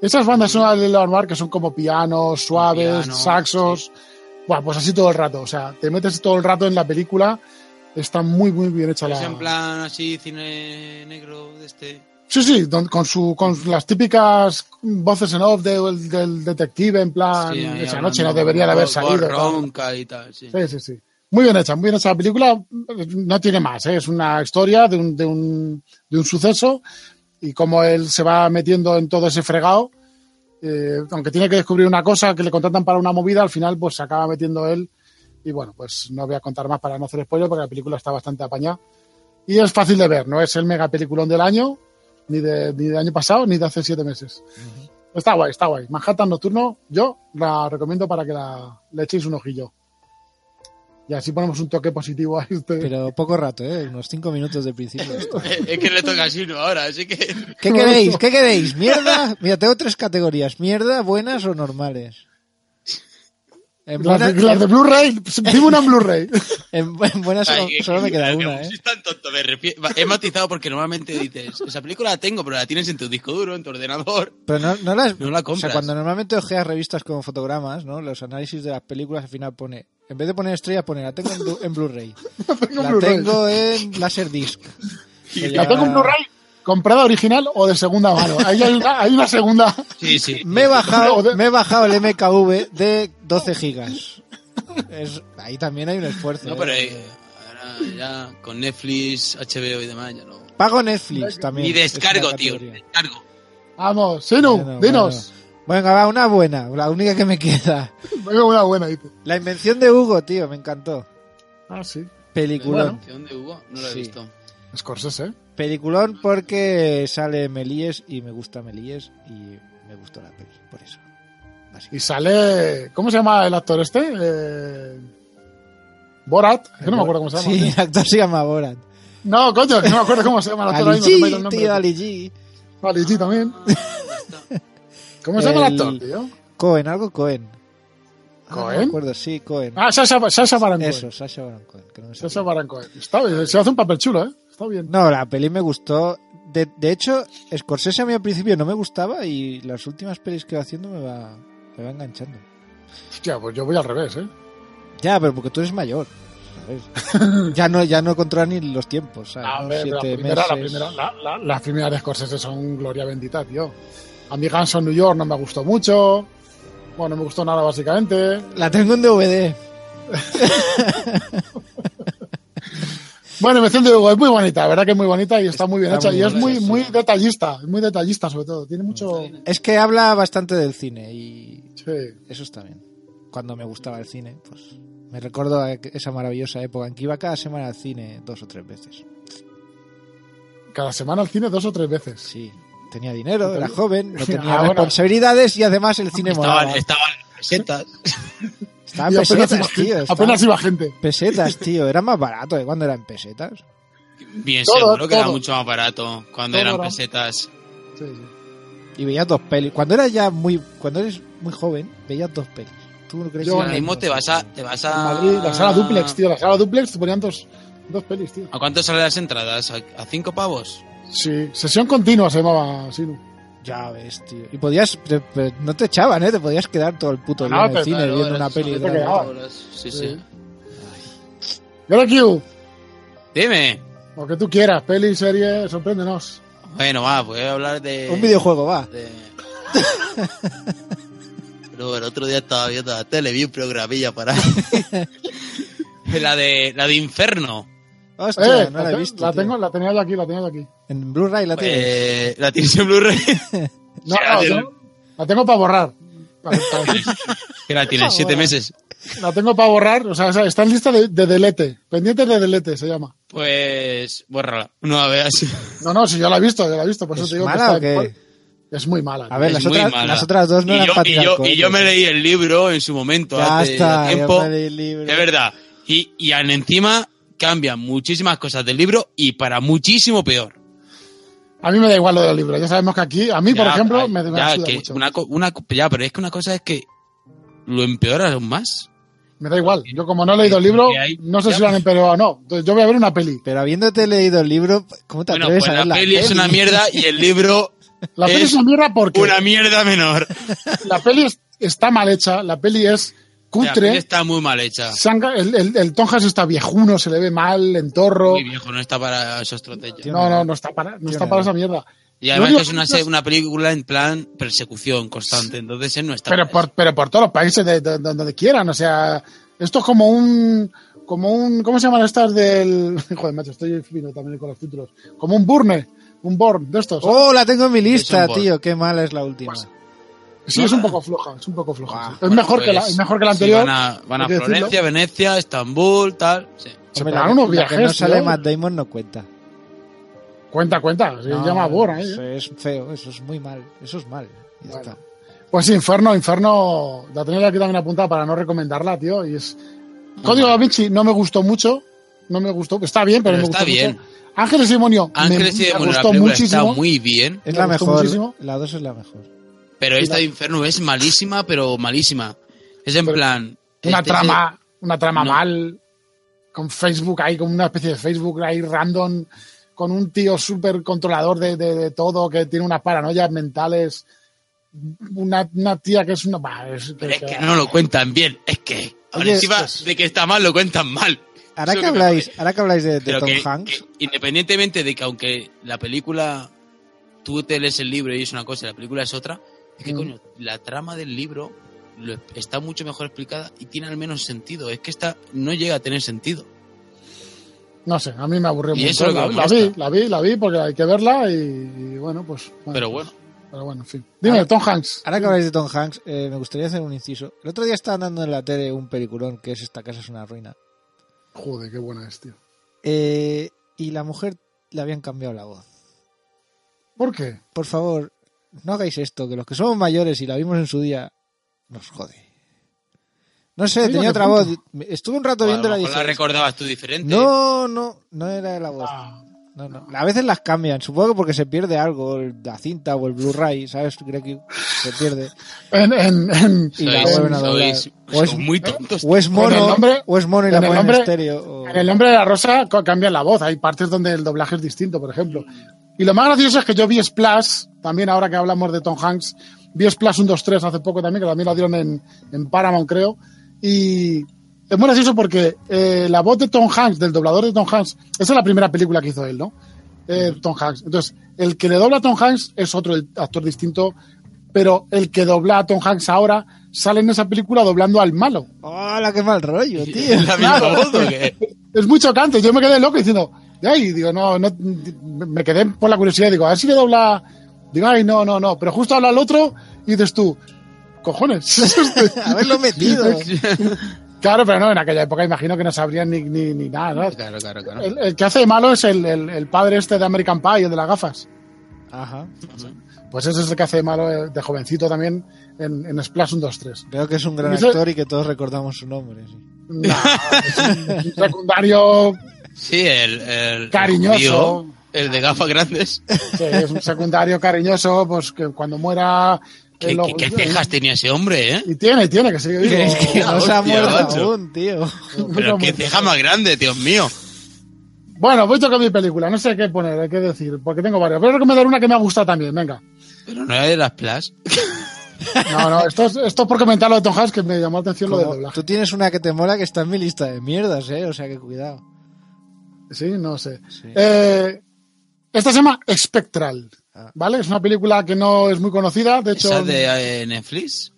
Speaker 1: esas bandas sonoras de Leanoir que son como pianos, suaves,
Speaker 4: Piano,
Speaker 1: saxos. Buah, pues así todo el rato. O sea, te metes todo el rato en la película. Está muy, muy bien hecha la.
Speaker 4: Es en plan así, cine negro de este.
Speaker 1: Sí, sí, don- con, su, con las típicas voces en off de- del, del detective, en plan,
Speaker 4: Sí, ahí
Speaker 1: esa
Speaker 4: hablando
Speaker 1: noche no debería de haber
Speaker 4: con-
Speaker 1: salido.
Speaker 4: con
Speaker 1: ¿no?
Speaker 4: ronca y tal, sí.
Speaker 1: Sí, sí, sí. Muy bien hecha, muy bien hecha. La película no tiene más, ¿eh? es una historia de un, de, un, de un suceso y cómo él se va metiendo en todo ese fregado. eh, aunque tiene que descubrir una cosa que le contratan para una movida, al final pues se acaba metiendo él. Y bueno, pues no voy a contar más para no hacer spoiler porque la película está bastante apañada. Y es fácil de ver, no es el mega peliculón del año, ni, de, ni del año pasado, ni de hace siete meses. Está guay, está guay. Manhattan Nocturno, yo la recomiendo para que la, le echéis un ojillo. Y así ponemos un toque positivo a este.
Speaker 3: Pero poco rato, ¿eh? Unos cinco minutos de principio. esto.
Speaker 4: es que le toca a Sino ahora, así que.
Speaker 3: ¿Qué queréis? ¿Qué queréis? ¿Mierda? Mira, tengo tres categorías. ¿Mierda, buenas o normales? En
Speaker 1: Las de,
Speaker 3: buenas-
Speaker 1: las de Blu-ray, dime una en Blu-ray.
Speaker 3: En, en buenas solo, solo me queda una, ¿eh?
Speaker 4: Es tan tonto, me refiero. He matizado porque normalmente dices, esa película la tengo, pero la tienes en tu disco duro, en tu ordenador.
Speaker 3: Pero no, no las...
Speaker 4: No la
Speaker 3: o sea,
Speaker 4: compras.
Speaker 3: cuando normalmente ojeas revistas como fotogramas, ¿no? Los análisis de las películas al final pone... En vez de poner estrellas, pone la tengo en, Blu- en Blu-ray.
Speaker 1: tengo en
Speaker 3: La
Speaker 1: Blu-ray.
Speaker 3: tengo en Laserdisc.
Speaker 1: La tengo en Blu-ray, comprada original o de segunda mano. Ahí hay una, hay una segunda.
Speaker 4: Sí, sí.
Speaker 3: Me he bajado, me he bajado el MKV de 12 gigas. Es- ahí también hay un esfuerzo.
Speaker 4: No,
Speaker 3: ¿eh?
Speaker 4: pero eh, ahora ya con Netflix, HBO y demás, ya no.
Speaker 3: Pago Netflix también.
Speaker 4: Ni
Speaker 3: es una
Speaker 4: descargo, tío.
Speaker 3: categoría.
Speaker 4: Descargo.
Speaker 1: Vamos, Sinu,
Speaker 3: Bueno,
Speaker 1: dinos.
Speaker 3: bueno. Venga, va, una buena, la única que me queda.
Speaker 1: Venga, una buena, dice.
Speaker 3: La invención de Hugo, tío, me encantó.
Speaker 1: Ah, sí.
Speaker 3: Peliculón.
Speaker 4: ¿De dónde Hugo? No lo he
Speaker 3: Sí.
Speaker 4: visto.
Speaker 1: Scorsese.
Speaker 3: Peliculón porque sale Melíes y me gusta Melíes y me gustó la peli, por eso.
Speaker 1: Y
Speaker 3: Básicamente.
Speaker 1: sale. ¿Cómo se llama el actor este? Eh, Borat. Que no me acuerdo cómo se llama.
Speaker 3: Sí, el actor se llama Borat.
Speaker 1: No, coño, que no me acuerdo cómo se llama el actor.
Speaker 3: Ali
Speaker 1: ahí no se me ha ido el
Speaker 3: G,
Speaker 1: nombre.
Speaker 3: tío, Ali G.
Speaker 1: Ali G también.
Speaker 4: Ah, ya está.
Speaker 1: ¿Cómo se llama el
Speaker 3: El-
Speaker 1: actor, tío?
Speaker 3: Cohen, algo Cohen. Ah, No me
Speaker 1: ¿Cohen?
Speaker 3: acuerdo, sí, Cohen.
Speaker 1: Ah, Sasha, Sasha Baron Cohen.
Speaker 3: Eso, Sasha Baron Cohen. que no me
Speaker 1: Sasha
Speaker 3: salía.
Speaker 1: Baron Cohen. Está bien, se hace un papel chulo, ¿eh? Está bien.
Speaker 3: No, la peli me gustó. De, de hecho, Scorsese a mí al principio no me gustaba y las últimas pelis que va haciendo me va, me va enganchando.
Speaker 1: Hostia, pues yo voy al revés, ¿eh?
Speaker 3: Ya, pero porque tú eres mayor. ¿sabes? ya no ya no controlas ni los tiempos. ¿sabes?
Speaker 1: A
Speaker 3: Unos
Speaker 1: ver, la
Speaker 3: siete
Speaker 1: primera, la
Speaker 3: meses.
Speaker 1: primera, la- la- las primeras de Scorsese son gloria bendita, tío. A mí Guns of New York no me gustó mucho. Bueno, no me gustó nada, básicamente.
Speaker 3: La tengo en DVD.
Speaker 1: Bueno, Invención de Hugo es muy bonita, la verdad que es muy bonita y está muy bien
Speaker 3: Está
Speaker 1: hecha.
Speaker 3: muy
Speaker 1: Y es
Speaker 3: bonita,
Speaker 1: muy,
Speaker 3: sí.
Speaker 1: muy detallista, muy detallista sobre todo. Tiene mucho.
Speaker 3: Es que habla bastante del cine y
Speaker 1: Sí.
Speaker 3: eso está bien. Cuando me gustaba el cine, pues me recuerdo a esa maravillosa época en que iba cada semana al cine dos o tres veces.
Speaker 1: Cada semana al cine dos o tres veces.
Speaker 3: Sí, tenía dinero, era joven, no tenía
Speaker 1: Ah, bueno.
Speaker 3: responsabilidades y además el cine molaba.
Speaker 4: Estaban, estaban pesetas.
Speaker 3: Estaban
Speaker 1: Y apenas,
Speaker 3: pesetas,
Speaker 1: iba,
Speaker 3: tío. estaban
Speaker 1: apenas iba gente.
Speaker 3: Pesetas, tío. Era más barato que cuando eran pesetas.
Speaker 4: Bien,
Speaker 1: Todo,
Speaker 4: seguro que era
Speaker 1: todo.
Speaker 4: mucho más barato cuando
Speaker 1: Todo
Speaker 4: eran
Speaker 1: era-
Speaker 4: pesetas.
Speaker 1: Sí, sí.
Speaker 3: Y veías dos pelis. Cuando eras ya muy, cuando eres muy joven, veías dos pelis. ¿Tú no crees
Speaker 1: Yo
Speaker 3: que
Speaker 4: Ahora
Speaker 1: no,
Speaker 3: eran
Speaker 4: mismo
Speaker 3: dos?
Speaker 4: te vas a. Te vas
Speaker 1: En
Speaker 4: a...
Speaker 1: Madrid, la sala duplex, tío. La sala duplex te ponían dos, dos pelis, tío.
Speaker 4: ¿A cuánto salen las entradas? ¿A, a cinco pavos?
Speaker 1: Sí, sesión continua se llamaba Sinu.
Speaker 3: Ya ves, tío. Y podías, te- te- no te echaban, ¿eh? Te podías quedar todo el puto día
Speaker 1: No,
Speaker 3: en
Speaker 1: te-
Speaker 3: el cine
Speaker 4: Claro,
Speaker 3: viendo
Speaker 4: ahora
Speaker 3: una
Speaker 4: sí
Speaker 3: peli.
Speaker 4: son
Speaker 1: te
Speaker 3: de-
Speaker 4: cinco
Speaker 1: quedaba.
Speaker 4: euros. Sí,
Speaker 1: Sí.
Speaker 4: sí.
Speaker 1: Y ahora, Q,
Speaker 4: Dime.
Speaker 1: lo que tú quieras, peli, serie, sorpréndenos.
Speaker 4: Bueno, va, voy a hablar de.
Speaker 3: Un videojuego, va.
Speaker 4: de- Pero el otro día estaba viendo la tele, vi un programilla para. la, de, la de Inferno.
Speaker 3: Hostia,
Speaker 1: Eh,
Speaker 3: no la he
Speaker 1: te-
Speaker 3: visto.
Speaker 1: la
Speaker 3: tío.
Speaker 1: tengo, la tenía yo aquí, la tenía yo aquí.
Speaker 3: En Blu-ray la tienes.
Speaker 4: Eh, la tienes en Blu-ray.
Speaker 1: No,
Speaker 4: Sí, la
Speaker 1: no,
Speaker 4: tengo.
Speaker 1: yo- la tengo para borrar. Para- para-
Speaker 4: Que la
Speaker 3: Ah,
Speaker 4: tienes, siete meses.
Speaker 1: la tengo para borrar, o sea, o sea, está en lista de, de delete, pendiente de delete se llama.
Speaker 4: Pues. Bórrala. No la veas.
Speaker 1: No, no, si yo la he visto, yo la he visto, por eso
Speaker 3: ¿Es
Speaker 1: te digo
Speaker 3: mala o
Speaker 1: que está en-
Speaker 3: qué?
Speaker 1: es muy mala.
Speaker 3: A ver,
Speaker 4: Es
Speaker 3: las
Speaker 4: muy
Speaker 3: otras,
Speaker 4: mala.
Speaker 3: las otras dos no
Speaker 4: y,
Speaker 3: eran
Speaker 4: yo,
Speaker 3: para
Speaker 4: y
Speaker 3: tirar
Speaker 4: yo- y
Speaker 3: cohetes.
Speaker 4: yo me leí el libro en su momento,
Speaker 3: Ya
Speaker 4: hace
Speaker 3: está, ya
Speaker 4: tiempo.
Speaker 3: me leí el libro.
Speaker 4: De verdad. Y, y al encima cambian muchísimas cosas del libro y para muchísimo peor.
Speaker 1: A mí me da igual lo del libro. Ya sabemos que aquí, a mí, por
Speaker 4: Ya,
Speaker 1: ejemplo,
Speaker 4: ay,
Speaker 1: me me
Speaker 4: ya,
Speaker 1: suda
Speaker 4: que
Speaker 1: mucho.
Speaker 4: una co- una co- ya, pero es que una cosa es que lo empeora aún más.
Speaker 1: Me da igual. Yo como no he leído el libro,
Speaker 4: Porque hay-
Speaker 1: no sé
Speaker 4: ya,
Speaker 1: si lo han
Speaker 4: pues-
Speaker 1: empeorado o no. Entonces yo voy a ver una peli.
Speaker 3: Pero habiéndote leído el libro, ¿cómo te
Speaker 4: Bueno,
Speaker 3: atreves
Speaker 4: pues
Speaker 3: a
Speaker 4: la
Speaker 3: ver
Speaker 4: peli,
Speaker 3: la
Speaker 4: es
Speaker 3: peli?
Speaker 4: una mierda y el libro
Speaker 1: La peli
Speaker 4: Es
Speaker 1: es una mierda porque
Speaker 4: una mierda menor.
Speaker 1: la peli es- está mal hecha, la peli es
Speaker 4: La peli
Speaker 1: cutre.
Speaker 4: está muy mal hecha.
Speaker 1: Sanga- el, el, el Tonjas está viejuno, se le ve mal, entorro.
Speaker 4: Muy viejo, no está para esos trotellos.
Speaker 1: No, no, no está para, no está para esa mierda.
Speaker 4: Y además
Speaker 1: Yo
Speaker 4: que es una,
Speaker 1: digo-
Speaker 4: se- una película en plan persecución constante, entonces él no está.
Speaker 1: Pero por, pero por todos los países de, de- de- donde quieran, o sea, esto es como un como un ¿cómo se llaman estas del joder, macho, estoy fino también con los títulos. Como un burne, un born de estos.
Speaker 3: Oh, la tengo en mi lista,
Speaker 4: Jason Bourne.
Speaker 3: tío. Qué mala es la última.
Speaker 4: Pues,
Speaker 1: sí,
Speaker 4: ah.
Speaker 1: es un poco floja, es un poco floja. sí.
Speaker 3: Guau,
Speaker 1: es mejor que la es mejor que la anterior.
Speaker 4: pues, van a, van a
Speaker 1: hay que decirlo.
Speaker 4: Florencia, Venecia, Estambul, tal. sí.
Speaker 1: Se
Speaker 3: Hombre,
Speaker 1: pegaron
Speaker 3: la,
Speaker 1: unos
Speaker 3: la que no
Speaker 1: viajes, ¿eh?
Speaker 3: sale
Speaker 1: tío.
Speaker 3: Matt Damon no cuenta.
Speaker 1: Cuenta, cuenta, se
Speaker 3: No,
Speaker 1: llama born ahí,
Speaker 3: eso
Speaker 1: ¿eh?
Speaker 3: Es feo, eso es muy mal. Eso es mal. Ya
Speaker 1: Bueno.
Speaker 3: está.
Speaker 1: Pues sí, Inferno, Inferno, la tenía aquí también apuntada para no recomendarla, tío, y es Código da Vinci no me gustó mucho, no me gustó, está bien, pero,
Speaker 4: Pero
Speaker 1: no me
Speaker 4: está
Speaker 1: gustó
Speaker 4: bien.
Speaker 1: mucho. Ángeles y Demonio, me-
Speaker 4: Ángeles y
Speaker 1: me
Speaker 4: Demonios, la
Speaker 1: gustó
Speaker 4: película está
Speaker 1: muchísimo.
Speaker 4: muy bien,
Speaker 3: Es
Speaker 1: Me
Speaker 3: la
Speaker 1: gustó
Speaker 3: mejor.
Speaker 1: muchísimo.
Speaker 3: La 2 es la mejor.
Speaker 4: pero esta
Speaker 1: la-
Speaker 4: de Inferno es malísima, pero malísima. Es en
Speaker 1: Pero-
Speaker 4: plan...
Speaker 1: una
Speaker 4: este-
Speaker 1: trama, una trama
Speaker 4: No.
Speaker 1: mal, con Facebook ahí, con una especie de Facebook ahí random, con un tío súper controlador de, de- de todo, que tiene unas paranoias mentales, una, una tía que es una... bah, es-
Speaker 4: Pero es que no lo cuentan bien, es que... Ahora
Speaker 1: Oye,
Speaker 4: encima
Speaker 1: es-
Speaker 4: de que está mal, lo cuentan mal.
Speaker 3: Ahora
Speaker 4: Eso
Speaker 3: que
Speaker 4: que me
Speaker 3: habláis, ahora que habláis de, de
Speaker 4: Pero
Speaker 3: Tom
Speaker 4: que-
Speaker 3: Hanks,
Speaker 4: que independientemente de que aunque la película, tú te lees el libro y es una cosa y la película es otra, es que
Speaker 1: Mm.
Speaker 4: coño, la trama del libro lo es- está mucho mejor explicada y tiene al menos sentido. Es que esta no llega a tener sentido.
Speaker 1: No sé, a mí me aburrió
Speaker 4: Y
Speaker 1: mucho.
Speaker 4: eso es lo
Speaker 1: La,
Speaker 4: que me
Speaker 1: la vi,
Speaker 4: molesta.
Speaker 1: la vi, la vi, porque hay que verla y, y bueno, pues...
Speaker 4: Pero bueno.
Speaker 1: Pero bueno, en fin. Dime, Tom Hanks.
Speaker 3: ahora que habláis de Tom Hanks, eh, me gustaría hacer un inciso. El otro día estaba dando en la tele un peliculón que es Esta casa es una ruina.
Speaker 1: Joder, qué buena es, tío.
Speaker 3: Eh, y la mujer le habían cambiado la voz.
Speaker 1: ¿Por qué?
Speaker 3: Por favor, no hagáis esto, que los que somos mayores y la vimos en su día, nos jode. No sé,
Speaker 1: Mira
Speaker 3: tenía
Speaker 1: qué
Speaker 3: otra
Speaker 1: punto.
Speaker 3: voz. Me- Estuve un rato
Speaker 4: O a lo
Speaker 3: viéndola y
Speaker 4: mejor la
Speaker 3: dije,
Speaker 4: recordabas tú diferente.
Speaker 3: No, no, no era la voz.
Speaker 1: Ah,
Speaker 3: No, no. A veces las cambian, supongo que porque se pierde algo, el- la cinta o el Blu-ray, ¿sabes? Creo que se pierde.
Speaker 1: en, en, en-
Speaker 3: Y la
Speaker 4: Sois-
Speaker 3: vuelven a doblar.
Speaker 4: sois-
Speaker 3: O es,
Speaker 4: sois muy tontos.
Speaker 3: o es
Speaker 1: En el
Speaker 3: mono,
Speaker 1: nombre-
Speaker 3: o es mono y
Speaker 1: en
Speaker 3: la
Speaker 1: el
Speaker 3: ponen en
Speaker 1: nombre-
Speaker 3: estéreo. o-
Speaker 1: En el nombre de la rosa co- cambian la voz. Hay partes donde el doblaje es distinto, por ejemplo. Y lo más gracioso es que yo vi Splash, también ahora que hablamos de Tom Hanks, vi Splash 1, 2, 3 hace poco también, que también la dieron en, en Paramount, creo. Y es muy gracioso porque eh, la voz de Tom Hanks, del doblador de Tom Hanks, esa es la primera película que hizo él, ¿no? Eh, Tom Hanks. Entonces, el que le dobla a Tom Hanks es otro el- actor distinto, pero el que dobla a Tom Hanks ahora sale en esa película doblando al malo.
Speaker 3: ¡Hola, qué mal rollo, tío!
Speaker 4: ¿Es la misma
Speaker 1: Claro.
Speaker 4: voz o qué?
Speaker 1: es muy chocante. Yo me quedé loco diciendo, ay, digo, no, no, me quedé por la curiosidad, digo, a ver si le dobla. Digo, ay, no, no, no. Pero justo habla el otro y dices tú, cojones.
Speaker 3: Haberlo metido.
Speaker 1: claro, pero no, en aquella época imagino que no sabrían ni, ni, ni nada, ¿no?
Speaker 4: Claro, claro, claro.
Speaker 1: El, el que hace de malo es el, el- el padre este de American Pie, el de las gafas.
Speaker 3: Ajá.
Speaker 1: Pues ese es el que hace de malo eh, de jovencito también en, en Splash 1, 2, 3.
Speaker 3: Veo que es un gran
Speaker 1: Eso-
Speaker 3: actor y que todos recordamos su nombre. sí.
Speaker 1: No, es un- es un secundario
Speaker 4: Sí, el, el
Speaker 1: Cariñoso.
Speaker 4: el judío, el de gafas grandes.
Speaker 1: Sí, es un secundario cariñoso, pues que cuando muera. eh,
Speaker 4: ¿Qué,
Speaker 1: lo-
Speaker 4: qué- qué cejas tenía ese hombre, eh?
Speaker 1: Y tiene, tiene, que sigue vivo.
Speaker 3: Que, que no se ha
Speaker 4: hostia,
Speaker 3: muerto
Speaker 4: macho.
Speaker 3: aún, tío.
Speaker 4: Pero qué ceja más grande, Dios mío.
Speaker 1: Bueno, voy a tocar mi película, no sé qué poner, hay que decir, porque tengo varias. Voy a recomendar una que me ha gustado también, venga.
Speaker 4: Pero no era de las Plas.
Speaker 1: No, no, esto es, esto es por comentar lo de Tom Hanks, que me llamó la atención lo del
Speaker 3: Como-
Speaker 1: doblaje.
Speaker 3: tú tienes una que te mola que está en mi lista de mierdas, ¿eh? O sea que cuidado.
Speaker 1: Sí, no sé.
Speaker 3: Sí.
Speaker 1: Eh, esta se llama Spectral,
Speaker 3: Ah.
Speaker 1: ¿vale? Es una película que no es muy conocida, de hecho,
Speaker 4: Esa de eh, Netflix.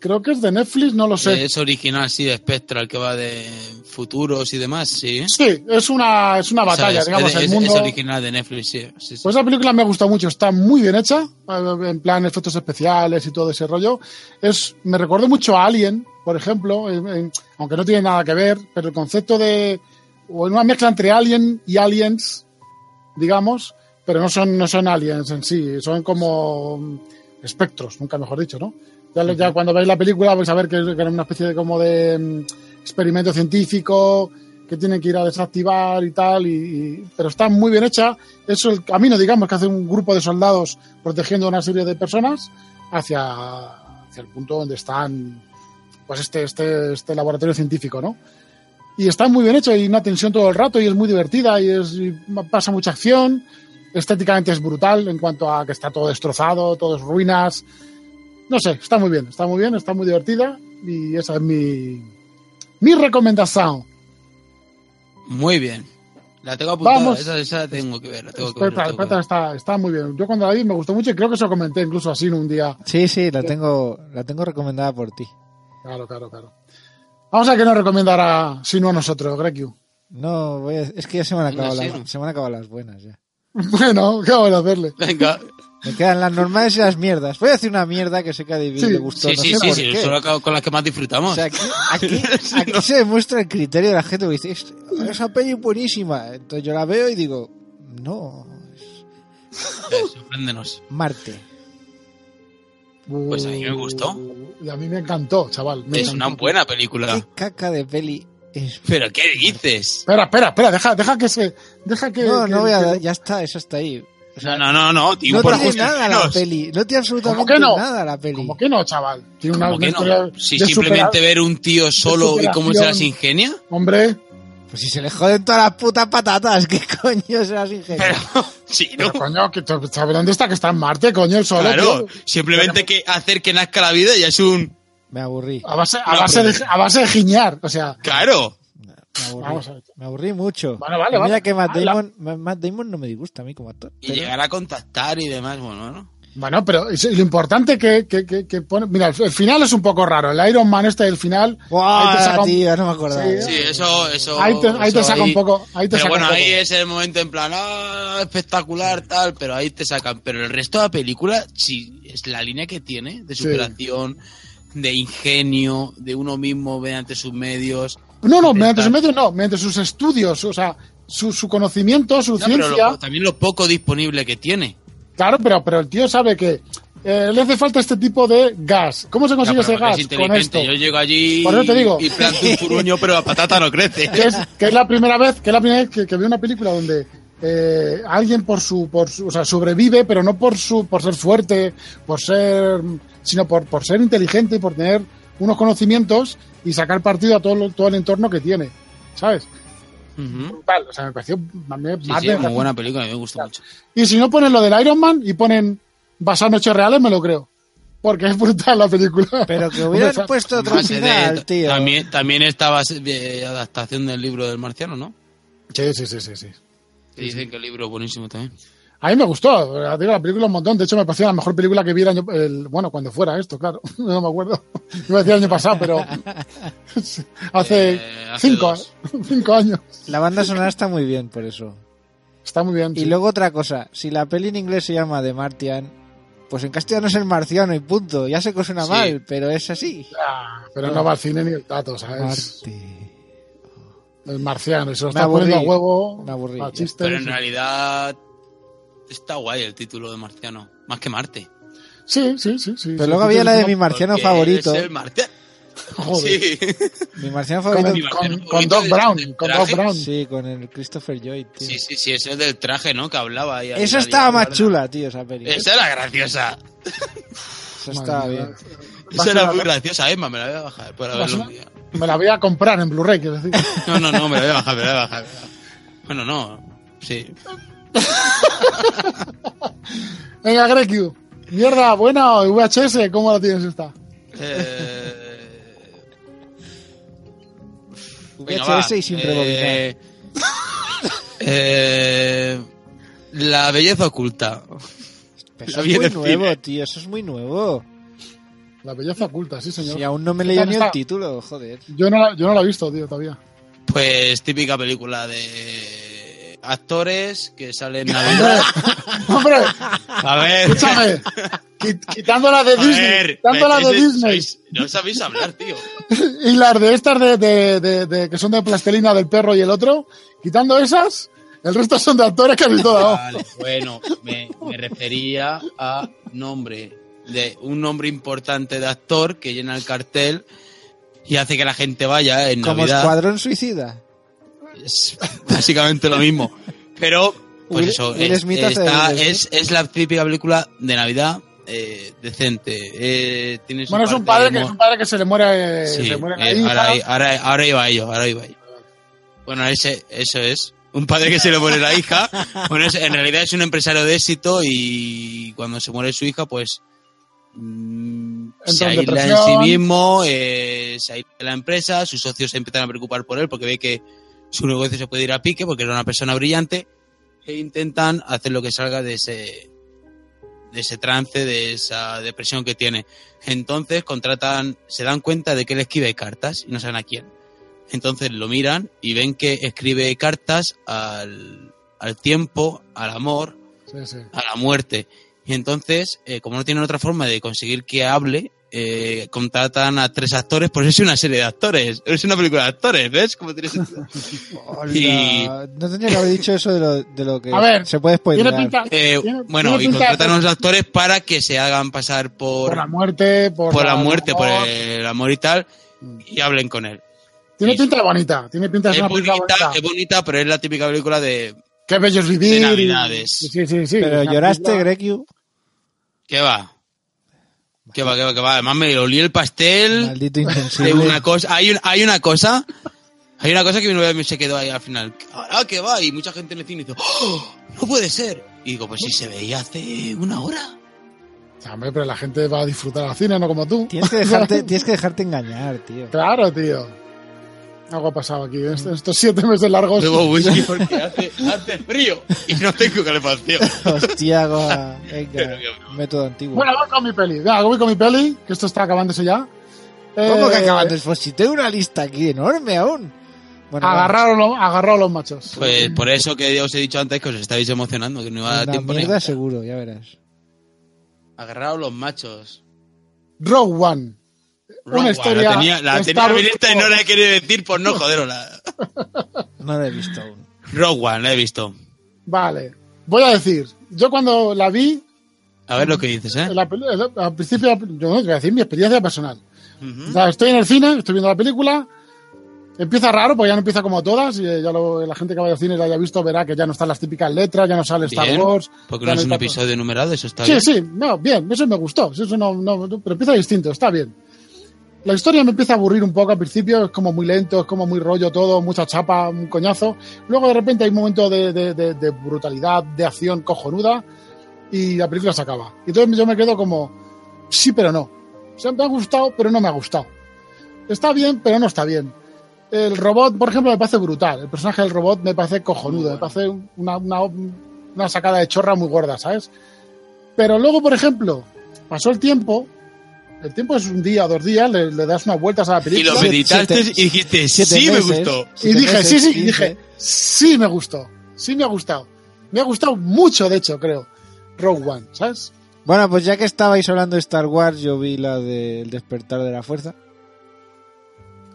Speaker 1: creo que es de Netflix, no lo sé.
Speaker 4: Es original, sí, de Spectral, que va de futuros y demás, sí.
Speaker 1: Sí, es una, es una
Speaker 4: O sea,
Speaker 1: batalla,
Speaker 4: es-
Speaker 1: digamos,
Speaker 4: es,
Speaker 1: el
Speaker 4: es-
Speaker 1: mundo...
Speaker 4: es original de Netflix, sí. sí, sí.
Speaker 1: Pues esa película me ha gustado mucho, está muy bien hecha, eh, en plan efectos especiales y todo ese rollo. Es, me recuerdo mucho a Alien, por ejemplo, en- en- aunque no tiene nada que ver, pero el concepto de. o en una mezcla entre Alien y Aliens, digamos, pero no son, no son aliens en sí, son como mm, espectros, nunca mejor dicho, ¿no? Ya, lo- ya cuando veis la película vais a ver que, que era una especie de como de mm, experimento científico que tienen que ir a desactivar y tal, y, y- pero está muy bien hecha. Es el camino, digamos, que hace un grupo de soldados protegiendo a una serie de personas hacia, hacia el punto donde están, pues este, este, este laboratorio científico, ¿no? Y está muy bien hecho, y una tensión todo el rato, y es muy divertida, y, es, y pasa mucha acción. Estéticamente es brutal en cuanto a que está todo destrozado, todo es ruinas. No sé, está muy bien, está muy bien, está muy divertida, y esa es mi, mi recomendación.
Speaker 4: Muy bien. La tengo apuntada,
Speaker 1: Vamos.
Speaker 4: esa, esa tengo que ver, la tengo que ver.
Speaker 1: Espera,
Speaker 4: la tengo que
Speaker 1: espera,
Speaker 4: ver.
Speaker 1: está, está muy bien. Yo cuando la vi me gustó mucho y creo que se lo comenté incluso así en un día.
Speaker 3: Sí, sí, la tengo, la tengo recomendada por ti.
Speaker 1: Claro, claro, claro. Vamos a que nos recomendará, si no a nosotros, Grecu.
Speaker 3: No, voy a- es que ya se me han acabado,
Speaker 4: Venga, sí.
Speaker 3: las, se me han acabado las buenas ya.
Speaker 1: Bueno, ¿qué vamos a hacerle?
Speaker 4: Venga.
Speaker 3: Me quedan las normales y las mierdas. Voy a decir una mierda que sé que a David
Speaker 1: Sí,
Speaker 3: le gustó.
Speaker 4: Sí,
Speaker 3: no
Speaker 4: sí,
Speaker 3: sé
Speaker 4: sí,
Speaker 3: por
Speaker 4: sí,
Speaker 3: qué.
Speaker 4: son las- con las que más disfrutamos. Eh,
Speaker 3: O sea, aquí, aquí- aquí se demuestra el criterio de la gente que dice, "Es- esa peli es buenísima. Entonces yo la veo y digo, no, es
Speaker 4: Eh, sorpréndenos.
Speaker 3: Marte.
Speaker 4: Pues a mí me gustó.
Speaker 1: Y a mí me encantó, chaval. me
Speaker 4: Es una
Speaker 1: encantó.
Speaker 4: buena película.
Speaker 3: ¿Qué caca de peli es?
Speaker 4: ¿Pero qué dices?
Speaker 1: Espera, espera, espera, deja, deja que se. Deja que.
Speaker 3: No,
Speaker 1: que-
Speaker 3: no voy a
Speaker 1: que-
Speaker 3: dar, ya está, eso está ahí. O sea,
Speaker 4: No, no, no, no, tío,
Speaker 3: no
Speaker 4: por
Speaker 3: tiene nada la
Speaker 4: justificarnos.
Speaker 3: peli, no tiene
Speaker 1: ¿Cómo
Speaker 3: absolutamente
Speaker 1: que no?
Speaker 3: nada la peli.
Speaker 1: ¿Cómo que no, chaval? Tiene una,
Speaker 4: ¿Cómo que
Speaker 1: una historia
Speaker 4: no? Si
Speaker 1: de
Speaker 4: simplemente
Speaker 1: supera-
Speaker 4: ver un tío solo y cómo se
Speaker 1: superación.
Speaker 4: las ingenia.
Speaker 1: Hombre,
Speaker 3: Pues si se le joden todas las putas patatas, ¿qué coño se las ingenio?
Speaker 4: Pero, sí,
Speaker 1: pero
Speaker 4: ¿no?
Speaker 1: coño, que, ¿sabes dónde está? Que está en Marte, coño, el solo.
Speaker 4: Claro,
Speaker 1: tío.
Speaker 4: simplemente que hacer que nazca la vida ya es un...
Speaker 3: Me aburrí,
Speaker 1: A base, a,
Speaker 4: No,
Speaker 1: base de,
Speaker 4: pero-
Speaker 1: a base de giñar, o sea.
Speaker 4: Claro.
Speaker 3: me aburrí,
Speaker 1: Vamos a ver.
Speaker 3: me aburrí mucho.
Speaker 1: Vale, vale,
Speaker 3: Y mira
Speaker 1: vale.
Speaker 3: que Matt
Speaker 1: Ah, la-
Speaker 3: Damon, Matt Damon no me disgusta a mí como actor.
Speaker 4: Y
Speaker 3: pero-
Speaker 4: llegar a contactar y demás, bueno, ¿no?
Speaker 1: Bueno, pero es- lo importante que, que, que- que pone. Mira, el, el final es un poco raro. El Iron Man este del final.
Speaker 3: ¡Guau,
Speaker 1: ahí te saca un-
Speaker 3: pues tío! No me acordaba.
Speaker 1: Sí,
Speaker 4: Sí, eso... eso
Speaker 1: Ahí te, ahí te
Speaker 4: eso
Speaker 1: saca un poco. Ahí te
Speaker 4: pero
Speaker 1: saca
Speaker 4: bueno,
Speaker 1: un poco.
Speaker 4: ahí es el momento en plan, ah, espectacular, tal, pero ahí te sacan. Pero el resto de la película, sí, es la línea que tiene de
Speaker 1: Sí.
Speaker 4: superación, de ingenio, de uno mismo mediante sus medios.
Speaker 1: No, no, mediante sus
Speaker 4: Está-
Speaker 1: medios no, mediante sus estudios, o sea, su, su conocimiento, su
Speaker 4: No, pero
Speaker 1: ciencia.
Speaker 4: lo- también lo poco disponible que tiene.
Speaker 1: Claro, pero, pero el tío sabe que eh, le hace falta este tipo de gas. ¿Cómo se
Speaker 4: Ya,
Speaker 1: consigue
Speaker 4: pero
Speaker 1: ese
Speaker 4: porque
Speaker 1: gas?
Speaker 4: es
Speaker 1: Con
Speaker 4: inteligente.
Speaker 1: esto.
Speaker 4: Yo llego allí
Speaker 1: Por eso te digo.
Speaker 4: y planto un furuño, pero la patata no crece.
Speaker 1: que es, que es la primera vez que es la primera vez que, que veo una película donde eh, alguien por su por su- o sea, sobrevive pero no por su por ser fuerte por ser sino por, por ser inteligente y por tener unos conocimientos y sacar partido a todo lo- todo el entorno que tiene sabes
Speaker 4: Ujú.
Speaker 1: Brutal, o sea me pareció a mí
Speaker 4: Sí,
Speaker 1: más
Speaker 4: sí,
Speaker 1: de-
Speaker 4: es muy buena película, a mí me gusta mucho.
Speaker 1: y si no ponen lo del Iron Man y ponen basado en hechos reales me lo creo porque es brutal la película
Speaker 3: Pero que hubieran
Speaker 1: Hombre,
Speaker 3: puesto otro
Speaker 4: Además,
Speaker 3: final,
Speaker 4: de-
Speaker 3: tío.
Speaker 4: También, también estaba eh, adaptación del libro del marciano, ¿no?
Speaker 1: sí sí sí sí, sí.
Speaker 4: Que dicen que el libro es buenísimo también.
Speaker 1: A mí me gustó, la digo, la película un montón. De hecho, me pareció la mejor película que vi el año. el- bueno, cuando fuera esto, claro. No me acuerdo. Iba a decir el año pasado, pero. hace,
Speaker 4: Eh, hace
Speaker 1: cinco,
Speaker 4: dos.
Speaker 1: cinco años.
Speaker 3: La banda sonora está muy bien por eso.
Speaker 1: Está muy bien.
Speaker 3: Y
Speaker 1: sí.
Speaker 3: luego otra cosa, si la peli en inglés se llama The Martian, pues en castellano es el marciano y punto. Ya sé que suena
Speaker 4: Sí.
Speaker 3: mal, pero es así.
Speaker 1: Ah, pero no va al cine ni el tato, ¿sabes?
Speaker 3: Marte.
Speaker 1: El marciano, y se lo
Speaker 3: Me
Speaker 1: está
Speaker 3: aburrí.
Speaker 1: poniendo a huevo.
Speaker 3: Me aburrí,
Speaker 1: a
Speaker 3: ya.
Speaker 1: chistes.
Speaker 4: Pero en realidad está guay el título de Marciano, más que Marte.
Speaker 1: Sí, sí, sí. sí
Speaker 3: Pero luego había la de mi marciano
Speaker 4: Porque
Speaker 3: favorito.
Speaker 4: Es el Marciano.
Speaker 1: Joder.
Speaker 4: Sí.
Speaker 3: Mi marciano
Speaker 1: Con,
Speaker 3: favorito.
Speaker 4: Mi marciano
Speaker 1: con- con
Speaker 4: favorito
Speaker 1: Doc
Speaker 4: es
Speaker 1: Brown,
Speaker 4: el
Speaker 1: con Doc
Speaker 4: traje.
Speaker 1: Brown.
Speaker 3: Sí, con el Christopher Joy, tío.
Speaker 4: sí, sí, sí, ese es del traje, ¿no? Que hablaba. ahí
Speaker 3: Eso
Speaker 4: al-
Speaker 3: estaba
Speaker 4: al-
Speaker 3: más
Speaker 4: al-
Speaker 3: chula, tío, esa peli.
Speaker 4: Esa era graciosa.
Speaker 3: Eso
Speaker 1: Madre
Speaker 3: estaba
Speaker 1: mía.
Speaker 3: bien.
Speaker 4: Esa era muy graciosa, Emma, me la voy a bajar para
Speaker 1: Vas
Speaker 4: verlo
Speaker 1: a-
Speaker 4: un día.
Speaker 1: Me la voy a comprar en Blu-ray, quiero decir.
Speaker 4: No, no, no, me la voy a bajar, me la voy a bajar. me la voy a bajar. Bueno, no. Sí.
Speaker 1: Venga, Grecu. Mierda, buena o VHS, ¿cómo la tienes esta?
Speaker 4: Eh... Venga,
Speaker 3: VHS
Speaker 4: va.
Speaker 3: este y sin
Speaker 4: Eh,
Speaker 3: rebobinar.
Speaker 4: eh, La belleza oculta.
Speaker 3: Pero
Speaker 4: la
Speaker 3: Eso
Speaker 4: vi en
Speaker 3: es
Speaker 4: el
Speaker 3: muy nuevo,
Speaker 4: cine.
Speaker 3: tío. Eso es muy nuevo.
Speaker 1: La belleza oculta, sí, señor.
Speaker 3: Si aún no me
Speaker 1: ¿Qué
Speaker 3: leí
Speaker 1: tal
Speaker 3: ni
Speaker 1: está?
Speaker 3: el título, joder.
Speaker 1: Yo no, la, yo no la he visto, tío, todavía.
Speaker 4: Pues típica película de actores que salen Navidad.
Speaker 1: Hombre,
Speaker 4: A ver,
Speaker 1: escúchame. qui- Quitándola de
Speaker 4: a
Speaker 1: Disney.
Speaker 4: ver,
Speaker 1: Quitándola de
Speaker 4: sois-
Speaker 1: Disney.
Speaker 4: sois- no sabéis hablar, tío.
Speaker 1: Y las de estas de, de- de- de- que son de plastelina del perro y el otro. Quitando esas, el resto son de actores que habéis todo.
Speaker 4: Vale, bueno, me, me refería a nombre de un nombre importante de actor que llena el cartel y hace que la gente vaya en
Speaker 3: Como
Speaker 4: Navidad.
Speaker 3: Escuadrón Suicida.
Speaker 4: es básicamente lo mismo. Pero, pues
Speaker 3: Will-
Speaker 4: eso,
Speaker 3: Will
Speaker 4: es,
Speaker 3: Smith hace
Speaker 4: está-
Speaker 3: de-
Speaker 4: es, es la típica película de Navidad eh, decente. Eh, tiene su
Speaker 1: Bueno, es un
Speaker 4: parte
Speaker 1: padre,
Speaker 4: de
Speaker 1: que, es
Speaker 4: humor.
Speaker 1: un padre que se le muere, eh,
Speaker 4: Sí,
Speaker 1: se muere la
Speaker 4: eh,
Speaker 1: hija.
Speaker 4: ahora, ahora, ahora iba a ello, ahora iba a ello. Bueno, ese, eso es. Un padre que se le muere la hija. Bueno, es- en realidad es un empresario de éxito y cuando se muere su hija, pues mm, se
Speaker 1: Entra en
Speaker 4: aísla en sí
Speaker 1: depresión.
Speaker 4: mismo, eh, se aísla de la empresa, sus socios se empiezan a preocupar por él porque ve que su negocio se puede ir a pique porque era una persona brillante e intentan hacer lo que salga de ese de ese trance, de esa depresión que tiene. Entonces contratan, se dan cuenta de que él escribe cartas y no saben a quién. Entonces lo miran y ven que escribe cartas al, al tiempo, al amor,
Speaker 1: Sí, sí.
Speaker 4: a la muerte. Y entonces, eh, como no tienen otra forma de conseguir que hable, eh, contratan a tres actores, pues es una serie de actores, es una película de actores, ¿ves? Como tiene sentido. Y-
Speaker 3: Hola. No tendría que haber dicho eso de lo, de lo que
Speaker 1: A ver,
Speaker 3: se puede
Speaker 1: Tiene
Speaker 3: spoiler.
Speaker 1: pinta,
Speaker 4: Eh,
Speaker 1: tiene-
Speaker 4: bueno,
Speaker 1: tiene
Speaker 4: y
Speaker 1: pinta de-
Speaker 4: contratan a los actores para que se hagan pasar
Speaker 1: por,
Speaker 4: por,
Speaker 1: la muerte, por,
Speaker 4: por la muerte, por
Speaker 1: amor.
Speaker 4: el amor y tal, y hablen con él.
Speaker 1: Tiene pinta de bonita, tiene pinta de
Speaker 4: Es
Speaker 1: ser una película bonita.
Speaker 4: bonita, es bonita, pero es la típica película de
Speaker 1: Qué bello es vivir.
Speaker 4: de
Speaker 1: y-
Speaker 4: Navidades.
Speaker 1: Sí, sí, sí.
Speaker 3: Pero
Speaker 1: Una
Speaker 3: lloraste,
Speaker 1: película-
Speaker 3: Grecu.
Speaker 4: ¿Qué va? ¿Qué va, qué va, qué va? Además me olí el pastel
Speaker 3: Maldito
Speaker 4: de una
Speaker 3: insensible.
Speaker 4: cosa. Hay, un- hay una cosa. Hay una cosa que mi novia me se quedó ahí al final. Ah, que va. Y mucha gente en el cine dice, "¡Oh! no puede ser. Y digo, pues si se veía hace una hora.
Speaker 1: Hombre, pero la gente va a disfrutar al cine, no como tú.
Speaker 3: Tienes que, dejarte, tienes que dejarte engañar, tío.
Speaker 1: Claro, tío. Algo ha pasado aquí. Est- Estos siete meses largos.
Speaker 4: Bebo whisky porque hace, hace frío y no tengo calefacción.
Speaker 3: Hostia, goa. venga,
Speaker 4: Pero qué-
Speaker 3: método antiguo.
Speaker 1: Bueno, voy con mi peli. Venga, voy con mi peli, que esto está acabándose ya.
Speaker 3: ¿Cómo que
Speaker 1: Eh,
Speaker 3: acaban de Si tengo una lista aquí enorme aún. Bueno,
Speaker 1: Agarraron los, agarraron los machos.
Speaker 4: Pues por eso que os he dicho antes que os estáis emocionando, que no iba a
Speaker 3: va.
Speaker 4: dar
Speaker 3: Una
Speaker 4: Ah, tiempo. ni a-
Speaker 3: mierda seguro, ya verás.
Speaker 4: Agarraros los machos.
Speaker 1: Rogue One. Una
Speaker 4: Rogue One,
Speaker 1: historia
Speaker 4: La tenía, la
Speaker 1: de
Speaker 4: tenía
Speaker 1: Star
Speaker 4: en mi lista y no
Speaker 1: Wars.
Speaker 4: la he querido decir por no joderosla.
Speaker 3: No la he visto aún.
Speaker 4: Rogue One, la he visto.
Speaker 1: Vale. Voy a decir, yo cuando la vi,
Speaker 4: A ver lo que dices, ¿eh?
Speaker 1: la peli- la- al principio, yo no te voy a decir mi experiencia personal.
Speaker 4: Ujú.
Speaker 1: O sea, estoy en el cine, estoy viendo la película. Empieza raro, porque ya no empieza como todas. Y eh, ya lo- la gente que vaya al cine y la haya visto verá que ya no están las típicas letras, ya no sale Star
Speaker 4: Bien,
Speaker 1: Wars.
Speaker 4: Porque
Speaker 1: ya
Speaker 4: no es un
Speaker 1: está-
Speaker 4: episodio numerado, eso está
Speaker 1: Sí,
Speaker 4: bien.
Speaker 1: sí, no, bien, eso me gustó. Eso no, no, no, pero empieza distinto, está bien. La historia me empieza a aburrir un poco al principio, es como muy lento, es como muy rollo todo, mucha chapa, un coñazo. Luego de repente hay un momento de, de- de- de brutalidad, de acción cojonuda y la película se acaba. Y entonces yo me quedo como, sí, pero no. O sea, me ha gustado, pero no me ha gustado. Está bien, pero no está bien. El robot, por ejemplo, me parece brutal. El personaje del robot me parece cojonudo, me parece una, una, una sacada de chorra muy gorda, ¿sabes? Pero luego, por ejemplo, pasó el tiempo. El tiempo es un día, dos días, le, le das unas vueltas a la
Speaker 4: Y
Speaker 1: película.
Speaker 4: lo
Speaker 3: Siete-
Speaker 4: meditaste
Speaker 3: siete-
Speaker 4: y dijiste,
Speaker 3: siete
Speaker 4: sí, me
Speaker 3: meses.
Speaker 4: gustó.
Speaker 1: Y
Speaker 3: Siete
Speaker 1: dije,
Speaker 3: meses,
Speaker 1: sí, sí, y
Speaker 3: quince.
Speaker 1: dije, sí me gustó, sí me ha gustado. Me ha gustado mucho, de hecho, creo. Rogue One, ¿sabes?
Speaker 3: Bueno, pues ya que estabais hablando de Star Wars, yo vi la de El despertar de la fuerza.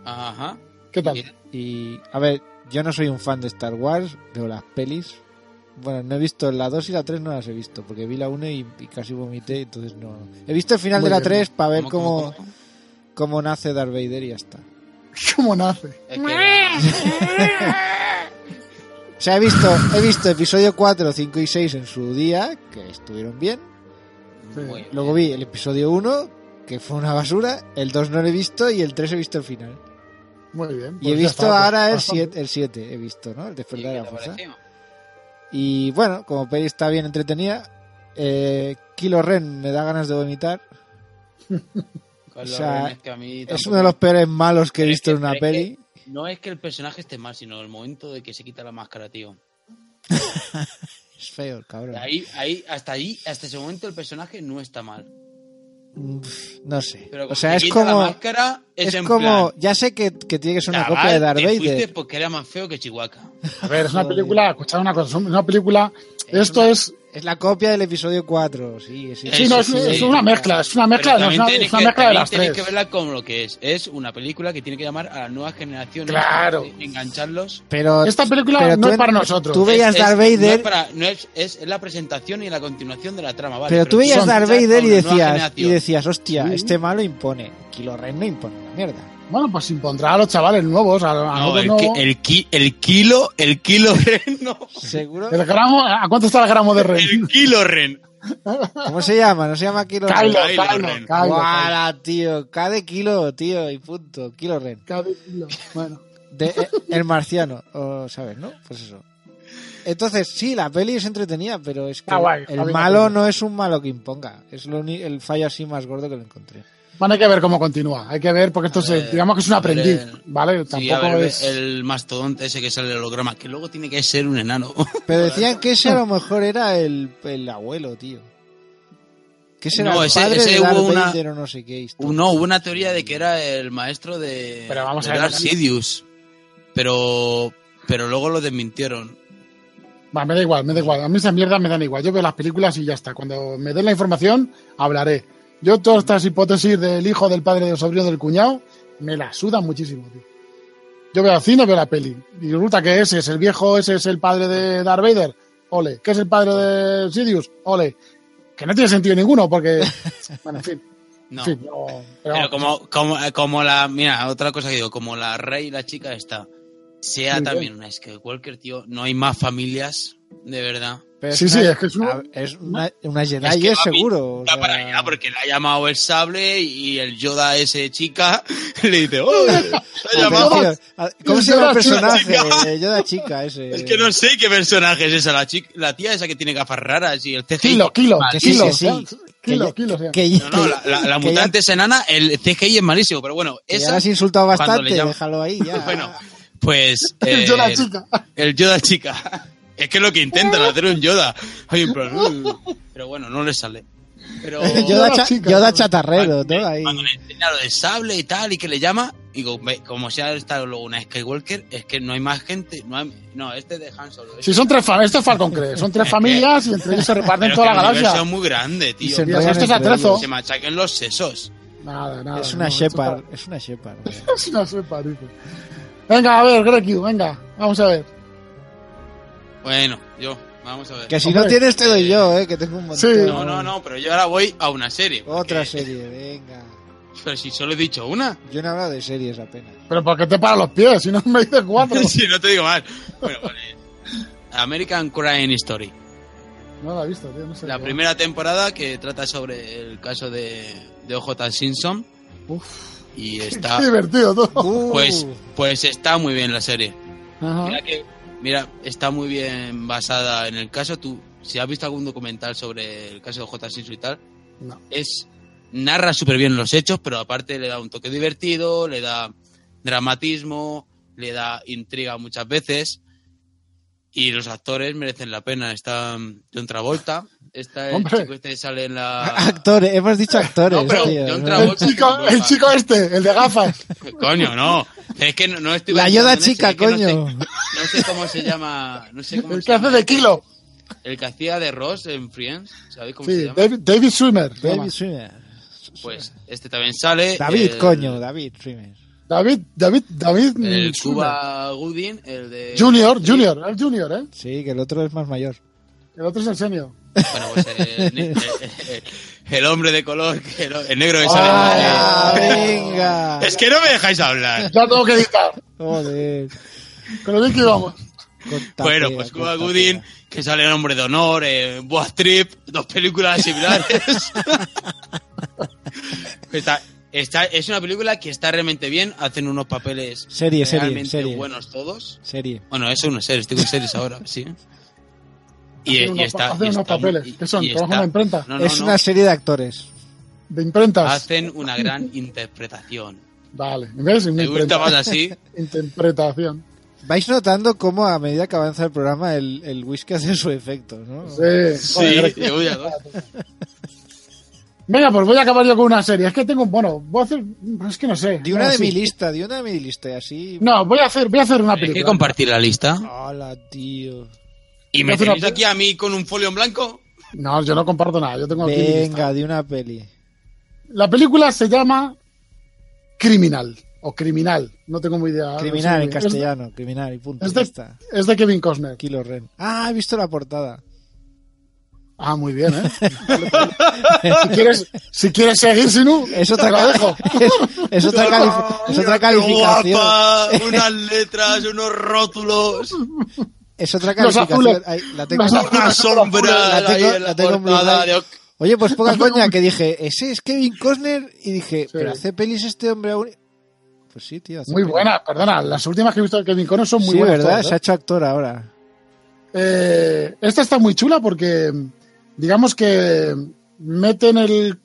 Speaker 4: Ajá.
Speaker 1: ¿Qué tal?
Speaker 4: Bien.
Speaker 3: Y, a ver, yo no soy un fan de Star Wars, veo las pelis. Bueno, no he visto la 2 y la 3, no las he visto, porque vi la 1 y, y casi vomité, entonces no. He visto el final
Speaker 1: Muy
Speaker 3: de la
Speaker 1: bien.
Speaker 3: 3 para ver
Speaker 4: ¿Cómo,
Speaker 3: cómo,
Speaker 4: cómo,
Speaker 3: cómo,
Speaker 4: cómo?
Speaker 3: nace Darth Vader y ya está.
Speaker 1: ¿Cómo nace?
Speaker 4: Es que-
Speaker 3: O sea, he visto, he visto episodio 4, 5 y 6 en su día, que estuvieron bien.
Speaker 4: Muy bien.
Speaker 3: Luego vi el episodio 1, que fue una basura. El 2 no lo he visto y el 3 he visto el final.
Speaker 1: Muy bien.
Speaker 3: Y he
Speaker 1: pues ya
Speaker 3: visto
Speaker 1: está, pues,
Speaker 3: ahora el
Speaker 1: bastante.
Speaker 3: 7, el 7 he visto, ¿no? El
Speaker 4: ¿Y
Speaker 3: despertar de
Speaker 4: qué te
Speaker 3: la fuerza.
Speaker 4: pareció?
Speaker 3: Y bueno, como peli está bien entretenida, eh, Kilo Ren me da ganas de vomitar.
Speaker 4: Con
Speaker 3: O
Speaker 4: los
Speaker 3: sea,
Speaker 4: renes que a mí
Speaker 3: Es
Speaker 4: tampoco-
Speaker 3: uno de los peores malos que he
Speaker 4: Pero es
Speaker 3: visto
Speaker 4: que-
Speaker 3: en una
Speaker 4: pero es
Speaker 3: peli.
Speaker 4: No es que el personaje esté mal, sino el momento de que se quita la máscara, tío.
Speaker 3: Es feo, el cabrón.
Speaker 4: Ahí, ahí, hasta ahí, hasta ese momento el personaje no está mal.
Speaker 3: Mm, pf, No sé.
Speaker 4: Pero
Speaker 3: O
Speaker 4: cuando
Speaker 3: sea,
Speaker 4: se
Speaker 3: es
Speaker 4: quita la
Speaker 3: como.
Speaker 4: máscara, es,
Speaker 3: Es
Speaker 4: en
Speaker 3: como.
Speaker 4: plan,
Speaker 3: Ya sé que, que tiene que ser una
Speaker 4: chaval,
Speaker 3: copia de Darth
Speaker 4: te fuiste
Speaker 3: Vader.
Speaker 4: porque era más feo que Chihuahua.
Speaker 1: A ver, es una película, escuchad una cosa, es una película, esto
Speaker 4: una-
Speaker 1: es,
Speaker 3: Es la copia del episodio 4. Sí, sí.
Speaker 1: sí,
Speaker 4: Eso
Speaker 1: no, es,
Speaker 4: sí.
Speaker 1: es una mezcla, es una mezcla,
Speaker 4: Pero
Speaker 1: no, es una,
Speaker 4: también
Speaker 1: es una
Speaker 4: tenéis
Speaker 1: mezcla
Speaker 4: que-
Speaker 1: de
Speaker 4: también
Speaker 1: las
Speaker 4: tenéis que
Speaker 1: tres.
Speaker 4: verla como lo que es. Es una película que tiene que llamar a las nuevas generaciones.
Speaker 1: Claro.
Speaker 4: Engancharlos.
Speaker 3: Pero.
Speaker 1: Esta película
Speaker 3: pero
Speaker 1: no
Speaker 3: tú
Speaker 1: es
Speaker 3: en-
Speaker 1: para nosotros.
Speaker 3: tú ve- veías Darth
Speaker 4: no es
Speaker 3: Vader-
Speaker 4: para- no es, es la presentación y la continuación de la trama, vale,
Speaker 3: pero tú veías
Speaker 4: son-
Speaker 3: Darth
Speaker 4: son-
Speaker 3: Vader y
Speaker 4: son una nueva
Speaker 3: decías, y
Speaker 4: generación.
Speaker 3: decías, hostia,
Speaker 1: Sí.
Speaker 3: este malo impone. Kilo Ren no impone una mierda.
Speaker 1: Bueno, pues impondrá a los chavales nuevos, a, a
Speaker 4: No,
Speaker 1: nosotros
Speaker 4: el,
Speaker 1: no.
Speaker 4: ki- el, ki- el kilo, el kilo ren, no.
Speaker 3: Seguro.
Speaker 1: El gramo, ¿a cuánto está el gramo de rey?
Speaker 4: El kilo ren.
Speaker 3: ¿Cómo se llama? ¿No se llama Kilo
Speaker 1: Kylo,
Speaker 3: Ren?
Speaker 4: Kylo
Speaker 1: Kylo,
Speaker 4: Ren.
Speaker 1: Kylo, Kylo.
Speaker 3: Guala, tío. Cada kilo, tío. Y punto. Kilo Ren.
Speaker 1: Kylo. Bueno,
Speaker 3: De, eh, el marciano. o, ¿Sabes, no? Pues eso. Entonces, sí, la peli es entretenida, pero es que
Speaker 1: Está guay, está
Speaker 3: el
Speaker 1: bien
Speaker 3: malo
Speaker 1: haciendo.
Speaker 3: no es un malo que imponga. Es lo uni- el fallo así más gordo que lo encontré.
Speaker 1: bueno, hay que ver cómo continúa. Hay que ver, porque esto
Speaker 4: A
Speaker 1: se,
Speaker 4: ver,
Speaker 1: digamos que es un
Speaker 4: a ver,
Speaker 1: aprendiz,
Speaker 4: el-
Speaker 1: ¿vale?
Speaker 4: Eh, Sí, a
Speaker 1: Tampoco
Speaker 4: ver,
Speaker 1: es.
Speaker 4: el mastodonte ese que sale del holograma, que luego tiene que ser un enano.
Speaker 3: Pero decían que ese a lo mejor era el, el abuelo, tío. Que ese
Speaker 4: No,
Speaker 3: era el
Speaker 4: ese-
Speaker 3: padre
Speaker 4: ese
Speaker 3: de
Speaker 4: hubo
Speaker 3: Darth
Speaker 4: una-
Speaker 3: Vader o no sé qué. historia.
Speaker 4: No, hubo una teoría de que era el maestro de,
Speaker 1: Pero vamos
Speaker 4: de
Speaker 1: a ver,
Speaker 4: Darth
Speaker 1: ¿no?
Speaker 4: Sidious. Pero, pero luego lo desmintieron.
Speaker 1: Va, me da igual, me da igual. A mí esas mierdas me dan igual. Yo veo las películas y ya está. Cuando me den la información, hablaré. Yo todas estas hipótesis del hijo, del padre, del sobrino, del cuñado, me las sudan muchísimo, tío. Yo veo al cine, veo la peli. Y resulta que ese es el viejo, ese es el padre de Darth Vader. Ole. ¿Qué es el padre de Sidious? Ole. Que no tiene sentido ninguno, porque. Bueno, en fin. en
Speaker 4: No.
Speaker 1: fin, no, pero vamos.
Speaker 4: Pero como, como, eh, como la, mira, otra cosa que digo, como la rey y la chica está, sea
Speaker 1: Muy bien.
Speaker 4: también una que Walker, tío, no hay más familias, de verdad.
Speaker 3: Pero
Speaker 1: Sí,
Speaker 3: una-
Speaker 1: sí, es que es una-
Speaker 3: es una, una Jedi,
Speaker 4: Es que
Speaker 3: es
Speaker 4: va bien,
Speaker 3: seguro. o
Speaker 4: Va
Speaker 3: sea-
Speaker 4: para allá porque le ha llamado el sable y el Yoda ese chica le dice, ¡Oh! Te ha
Speaker 3: Ah,
Speaker 4: llamado.
Speaker 3: pero, tío, ¿Cómo se llama
Speaker 1: Yoda
Speaker 3: el
Speaker 1: chica.
Speaker 3: personaje? Eh, Yoda chica, ese.
Speaker 4: Es que no sé qué personaje es esa, la, chica, la tía esa que tiene gafas raras y el CGI.
Speaker 1: Kilo, kilo,
Speaker 4: Ah,
Speaker 3: Que sí,
Speaker 1: kilo,
Speaker 3: que sí.
Speaker 1: sea, kilo,
Speaker 3: ya-
Speaker 1: kilo, sea.
Speaker 3: Que,
Speaker 4: No, no, la, la- la
Speaker 3: que
Speaker 4: mutante es enana, el CGI es malísimo, pero bueno,
Speaker 3: ya- que ya
Speaker 4: esa,
Speaker 3: la has insultado
Speaker 4: cuando
Speaker 3: bastante,
Speaker 4: le llama-
Speaker 3: déjalo ahí ya.
Speaker 4: bueno, pues... eh,
Speaker 1: Yo la chica.
Speaker 4: El Yoda chica. Es que es lo que intentan hacer un Yoda. Hay un plan, "Uh", pero bueno, no le sale. Pero
Speaker 3: Yoda,
Speaker 1: Yoda
Speaker 3: cha-
Speaker 1: chica.
Speaker 3: Yoda chatarrero,
Speaker 4: cuando,
Speaker 3: todo ahí.
Speaker 4: cuando le enseña lo del sable y tal y que le llama, digo, "Ve, como sea esta luego una Skywalker, es que no hay más gente, no hay- no, este es de Han Solo.
Speaker 1: Si son tres familias, esto es Falcon Crest, son tres familias y entre ellos se reparten
Speaker 4: Pero
Speaker 1: toda la
Speaker 4: que el universo
Speaker 1: galaxia.
Speaker 4: es muy grande, tío.
Speaker 3: Y se
Speaker 4: Que
Speaker 3: enrollan
Speaker 1: esto es
Speaker 3: entre
Speaker 1: atrezo.
Speaker 3: ellos.
Speaker 4: se machaquen los sesos.
Speaker 1: Nada, nada.
Speaker 3: Es una
Speaker 1: no, esto está-
Speaker 3: Shepard, es una Shepard.
Speaker 1: Es una Shepard, dice. Venga, a ver, Grecu, venga, vamos a ver.
Speaker 4: Bueno, yo, vamos a ver.
Speaker 3: Que si
Speaker 1: Hombre.
Speaker 3: no tienes te doy yo, eh, que tengo un montón.
Speaker 1: Sí.
Speaker 4: No, no, no, pero yo ahora voy a una serie. porque-
Speaker 3: Otra serie, venga.
Speaker 4: Pero si solo he dicho una.
Speaker 3: Yo no he hablado de series apenas.
Speaker 1: Pero ¿por qué te paran los pies? Si no me dices cuatro.
Speaker 4: si no te digo mal. Bueno, vale. American Crime Story.
Speaker 1: No la he visto, tío, no sé.
Speaker 4: La
Speaker 1: qué.
Speaker 4: primera temporada que trata sobre el caso de, de OJ Simpson. Y está.
Speaker 1: Qué divertido todo.
Speaker 3: Uh,
Speaker 4: Pues, pues está muy bien la serie.
Speaker 1: Ajá.
Speaker 4: Mira que. Mira, está muy bien basada en el caso. Tú, si has visto algún documental sobre el caso de OJ Simpson y tal,
Speaker 1: No.
Speaker 4: es. Narra súper bien los hechos, pero aparte le da un toque divertido, le da dramatismo, le da intriga muchas veces. Y los actores merecen la pena. Está John Travolta. Está el
Speaker 1: Hombre.
Speaker 4: chico este que sale en la.
Speaker 3: Actores, hemos dicho actores,
Speaker 4: No, pero
Speaker 3: tío.
Speaker 4: John
Speaker 1: El
Speaker 4: Travolta.
Speaker 1: chico, el chico este, el de gafas.
Speaker 4: Coño, no. Es que no, no estoy.
Speaker 3: La
Speaker 4: pensando
Speaker 3: Yoda
Speaker 4: en ese,
Speaker 3: chica,
Speaker 4: es que no sé-
Speaker 3: coño.
Speaker 4: No sé, cómo se llama. No sé cómo
Speaker 1: El
Speaker 4: se
Speaker 1: que hace
Speaker 4: llama.
Speaker 1: de kilo.
Speaker 4: El que hacía de Ross en Friends. ¿Sabéis cómo se
Speaker 1: Sí,
Speaker 4: llama?
Speaker 1: David, David Swimmer. se llama.
Speaker 3: David Swimmer.
Speaker 4: Pues este también sale.
Speaker 3: David,
Speaker 4: el-
Speaker 3: coño, David Swimmer.
Speaker 1: David, David, David.
Speaker 4: El
Speaker 1: Swimmer.
Speaker 4: Cuba eh, Gooding, el de.
Speaker 1: Junior, Junior, el Junior, ¿eh?
Speaker 3: Sí, que el otro es más mayor.
Speaker 1: El otro es el senior.
Speaker 4: Bueno, pues el, el- el- el hombre de color, que el, el negro que sale.
Speaker 3: ¡Ah,
Speaker 1: Ay,
Speaker 3: venga!
Speaker 4: Es que no me dejáis hablar.
Speaker 1: Ya tengo que editar.
Speaker 3: Joder.
Speaker 1: Con lo bien que íbamos.
Speaker 3: Corta
Speaker 4: Bueno,
Speaker 3: pega,
Speaker 4: pues Cuba
Speaker 3: corta
Speaker 4: Gooding,
Speaker 3: pega.
Speaker 4: que sale en Hombre de Honor, eh, Boas Trip, dos películas similares. está, está- es una película que está realmente bien, hacen unos papeles
Speaker 3: Serie, serie,
Speaker 4: realmente
Speaker 3: serie.
Speaker 4: buenos todos.
Speaker 3: Serie.
Speaker 4: Bueno, eso es una serie, estoy con series ahora, sí. Y,
Speaker 1: Hacen
Speaker 4: y
Speaker 1: unos,
Speaker 4: está,
Speaker 1: pa- hacen
Speaker 4: y
Speaker 1: unos
Speaker 4: está-
Speaker 1: papeles.
Speaker 4: y-
Speaker 1: ¿Qué son?
Speaker 4: y
Speaker 1: ¿Trabajan en
Speaker 4: está-
Speaker 1: una imprenta?
Speaker 4: No, no,
Speaker 3: es
Speaker 4: no,
Speaker 3: una serie de actores.
Speaker 1: ¿De imprentas?
Speaker 4: Hacen una gran interpretación.
Speaker 1: Vale, ¿ves? Una
Speaker 4: Me gusta
Speaker 1: imprenta.
Speaker 4: más así.
Speaker 1: Interpretación.
Speaker 3: Vais notando cómo a medida que avanza el programa el, el whisky hace su efecto, ¿no?
Speaker 1: Sí.
Speaker 4: Ah. Sí,
Speaker 1: Joder,
Speaker 4: yo voy a-
Speaker 1: Venga, pues voy a acabar yo con una serie. Es que tengo un. Bueno, voy a hacer. Es que no sé.
Speaker 3: Di una
Speaker 1: No,
Speaker 3: de
Speaker 1: sí.
Speaker 3: mi lista, di una de mi lista y así...
Speaker 1: No, voy a hacer, voy a hacer una
Speaker 4: Hay que
Speaker 1: película.
Speaker 4: compartir la lista.
Speaker 3: Hola, tío.
Speaker 4: Y me
Speaker 1: Hace una
Speaker 4: tenéis
Speaker 1: pe-
Speaker 4: aquí a mí con un folio en blanco.
Speaker 1: No, yo no comparto nada. Yo tengo aquí mi lista.
Speaker 3: Venga, di una peli.
Speaker 1: La película se llama Criminal. O Criminal. No tengo muy idea. No
Speaker 3: Criminal
Speaker 1: sé
Speaker 3: en
Speaker 1: muy bien.
Speaker 3: castellano, criminal y punto.
Speaker 1: Es
Speaker 3: ya
Speaker 1: de,
Speaker 3: está.
Speaker 1: es de Kevin Costner.
Speaker 3: Kilo Ren. Ah, he visto la portada.
Speaker 1: Ah, muy bien, ¿eh? si, quieres, si quieres seguir, Sinu,
Speaker 3: Es
Speaker 1: te
Speaker 3: otra,
Speaker 1: lo dejo.
Speaker 3: es otra, califi- es otra calificación.
Speaker 4: guapa! Unas letras, unos rótulos,
Speaker 3: Es otra
Speaker 1: Los
Speaker 3: calificación.
Speaker 1: azules.
Speaker 3: Ahí, la tengo,
Speaker 1: Los azules.
Speaker 4: una sombra
Speaker 3: la tengo-
Speaker 4: ahí en
Speaker 3: la
Speaker 4: la
Speaker 3: tengo en
Speaker 4: portada
Speaker 3: Blu-ray.
Speaker 4: de Oc-
Speaker 3: Oye, pues poca coña que dije, ese es Kevin Costner y dije, pero hace pelis este hombre aún. Pues sí, tío. hace
Speaker 1: Muy
Speaker 3: pelis.
Speaker 1: buena, perdona. Las últimas que he visto de Kevin Connor son muy
Speaker 3: sí,
Speaker 1: buenas.
Speaker 3: verdad,
Speaker 1: todas, ¿eh?
Speaker 3: se ha hecho actor ahora.
Speaker 1: Eh, esta está muy chula porque, digamos que meten el.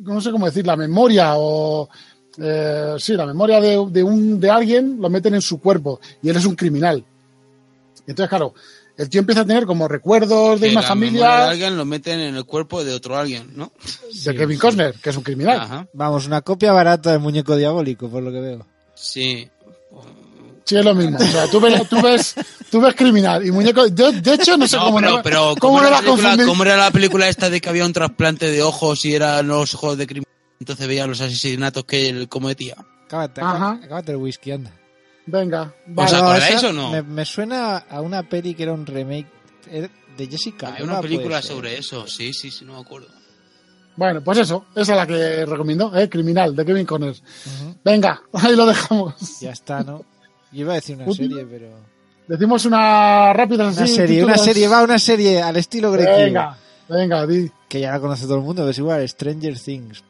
Speaker 1: No sé cómo decir, la memoria o. eh, sí, la memoria de, de un, de alguien lo meten en su cuerpo y él es un criminal. Entonces, claro, el tío empieza a tener como recuerdos de
Speaker 4: que
Speaker 1: una
Speaker 4: la memoria de
Speaker 1: familia
Speaker 4: alguien lo meten en el cuerpo de otro alguien, ¿no?
Speaker 1: de Kevin Costner, que es un criminal.
Speaker 4: Ajá.
Speaker 3: Vamos, una copia barata del muñeco diabólico, por lo que veo.
Speaker 4: Sí.
Speaker 1: Sí, es lo mismo. O sea, tú ves, tú ves, tú ves criminal y muñeco. Yo, de hecho, no sé
Speaker 4: No,
Speaker 1: cómo
Speaker 4: pero,
Speaker 1: no,
Speaker 4: pero
Speaker 1: cómo
Speaker 4: ¿cómo,
Speaker 1: no
Speaker 4: era
Speaker 1: la
Speaker 4: la película,
Speaker 1: confundí.
Speaker 4: cómo era la película esta de que había un trasplante de ojos y eran los ojos de crimen? Entonces veía los asesinatos que él cometía.
Speaker 3: Acábate,
Speaker 1: Ajá.
Speaker 3: acá- acábate el whisky, anda.
Speaker 1: Venga,
Speaker 4: ¿Os
Speaker 1: vale.
Speaker 3: No,
Speaker 4: acordáis
Speaker 3: esa
Speaker 4: o no?
Speaker 3: Me, me suena a una peli que era un remake era de Jessica.
Speaker 4: Hay
Speaker 3: Alba,
Speaker 4: una película
Speaker 3: puede ser.
Speaker 4: sobre eso, sí, sí, sí, no me acuerdo.
Speaker 1: Bueno, pues eso, esa es la que recomiendo, ¿eh? Criminal, de Kevin Conner.
Speaker 3: Ujú,
Speaker 1: Venga, ahí lo dejamos.
Speaker 3: Ya está, ¿no? Yo iba a decir una
Speaker 1: Un-
Speaker 3: serie, pero.
Speaker 1: Decimos una rápida
Speaker 3: Una
Speaker 1: así,
Speaker 3: serie,
Speaker 1: títulos.
Speaker 3: una serie, va, una serie al estilo Greg Hill,
Speaker 1: Venga, venga, di.
Speaker 3: Que ya la conoce todo el mundo, que es igual, Stranger Things.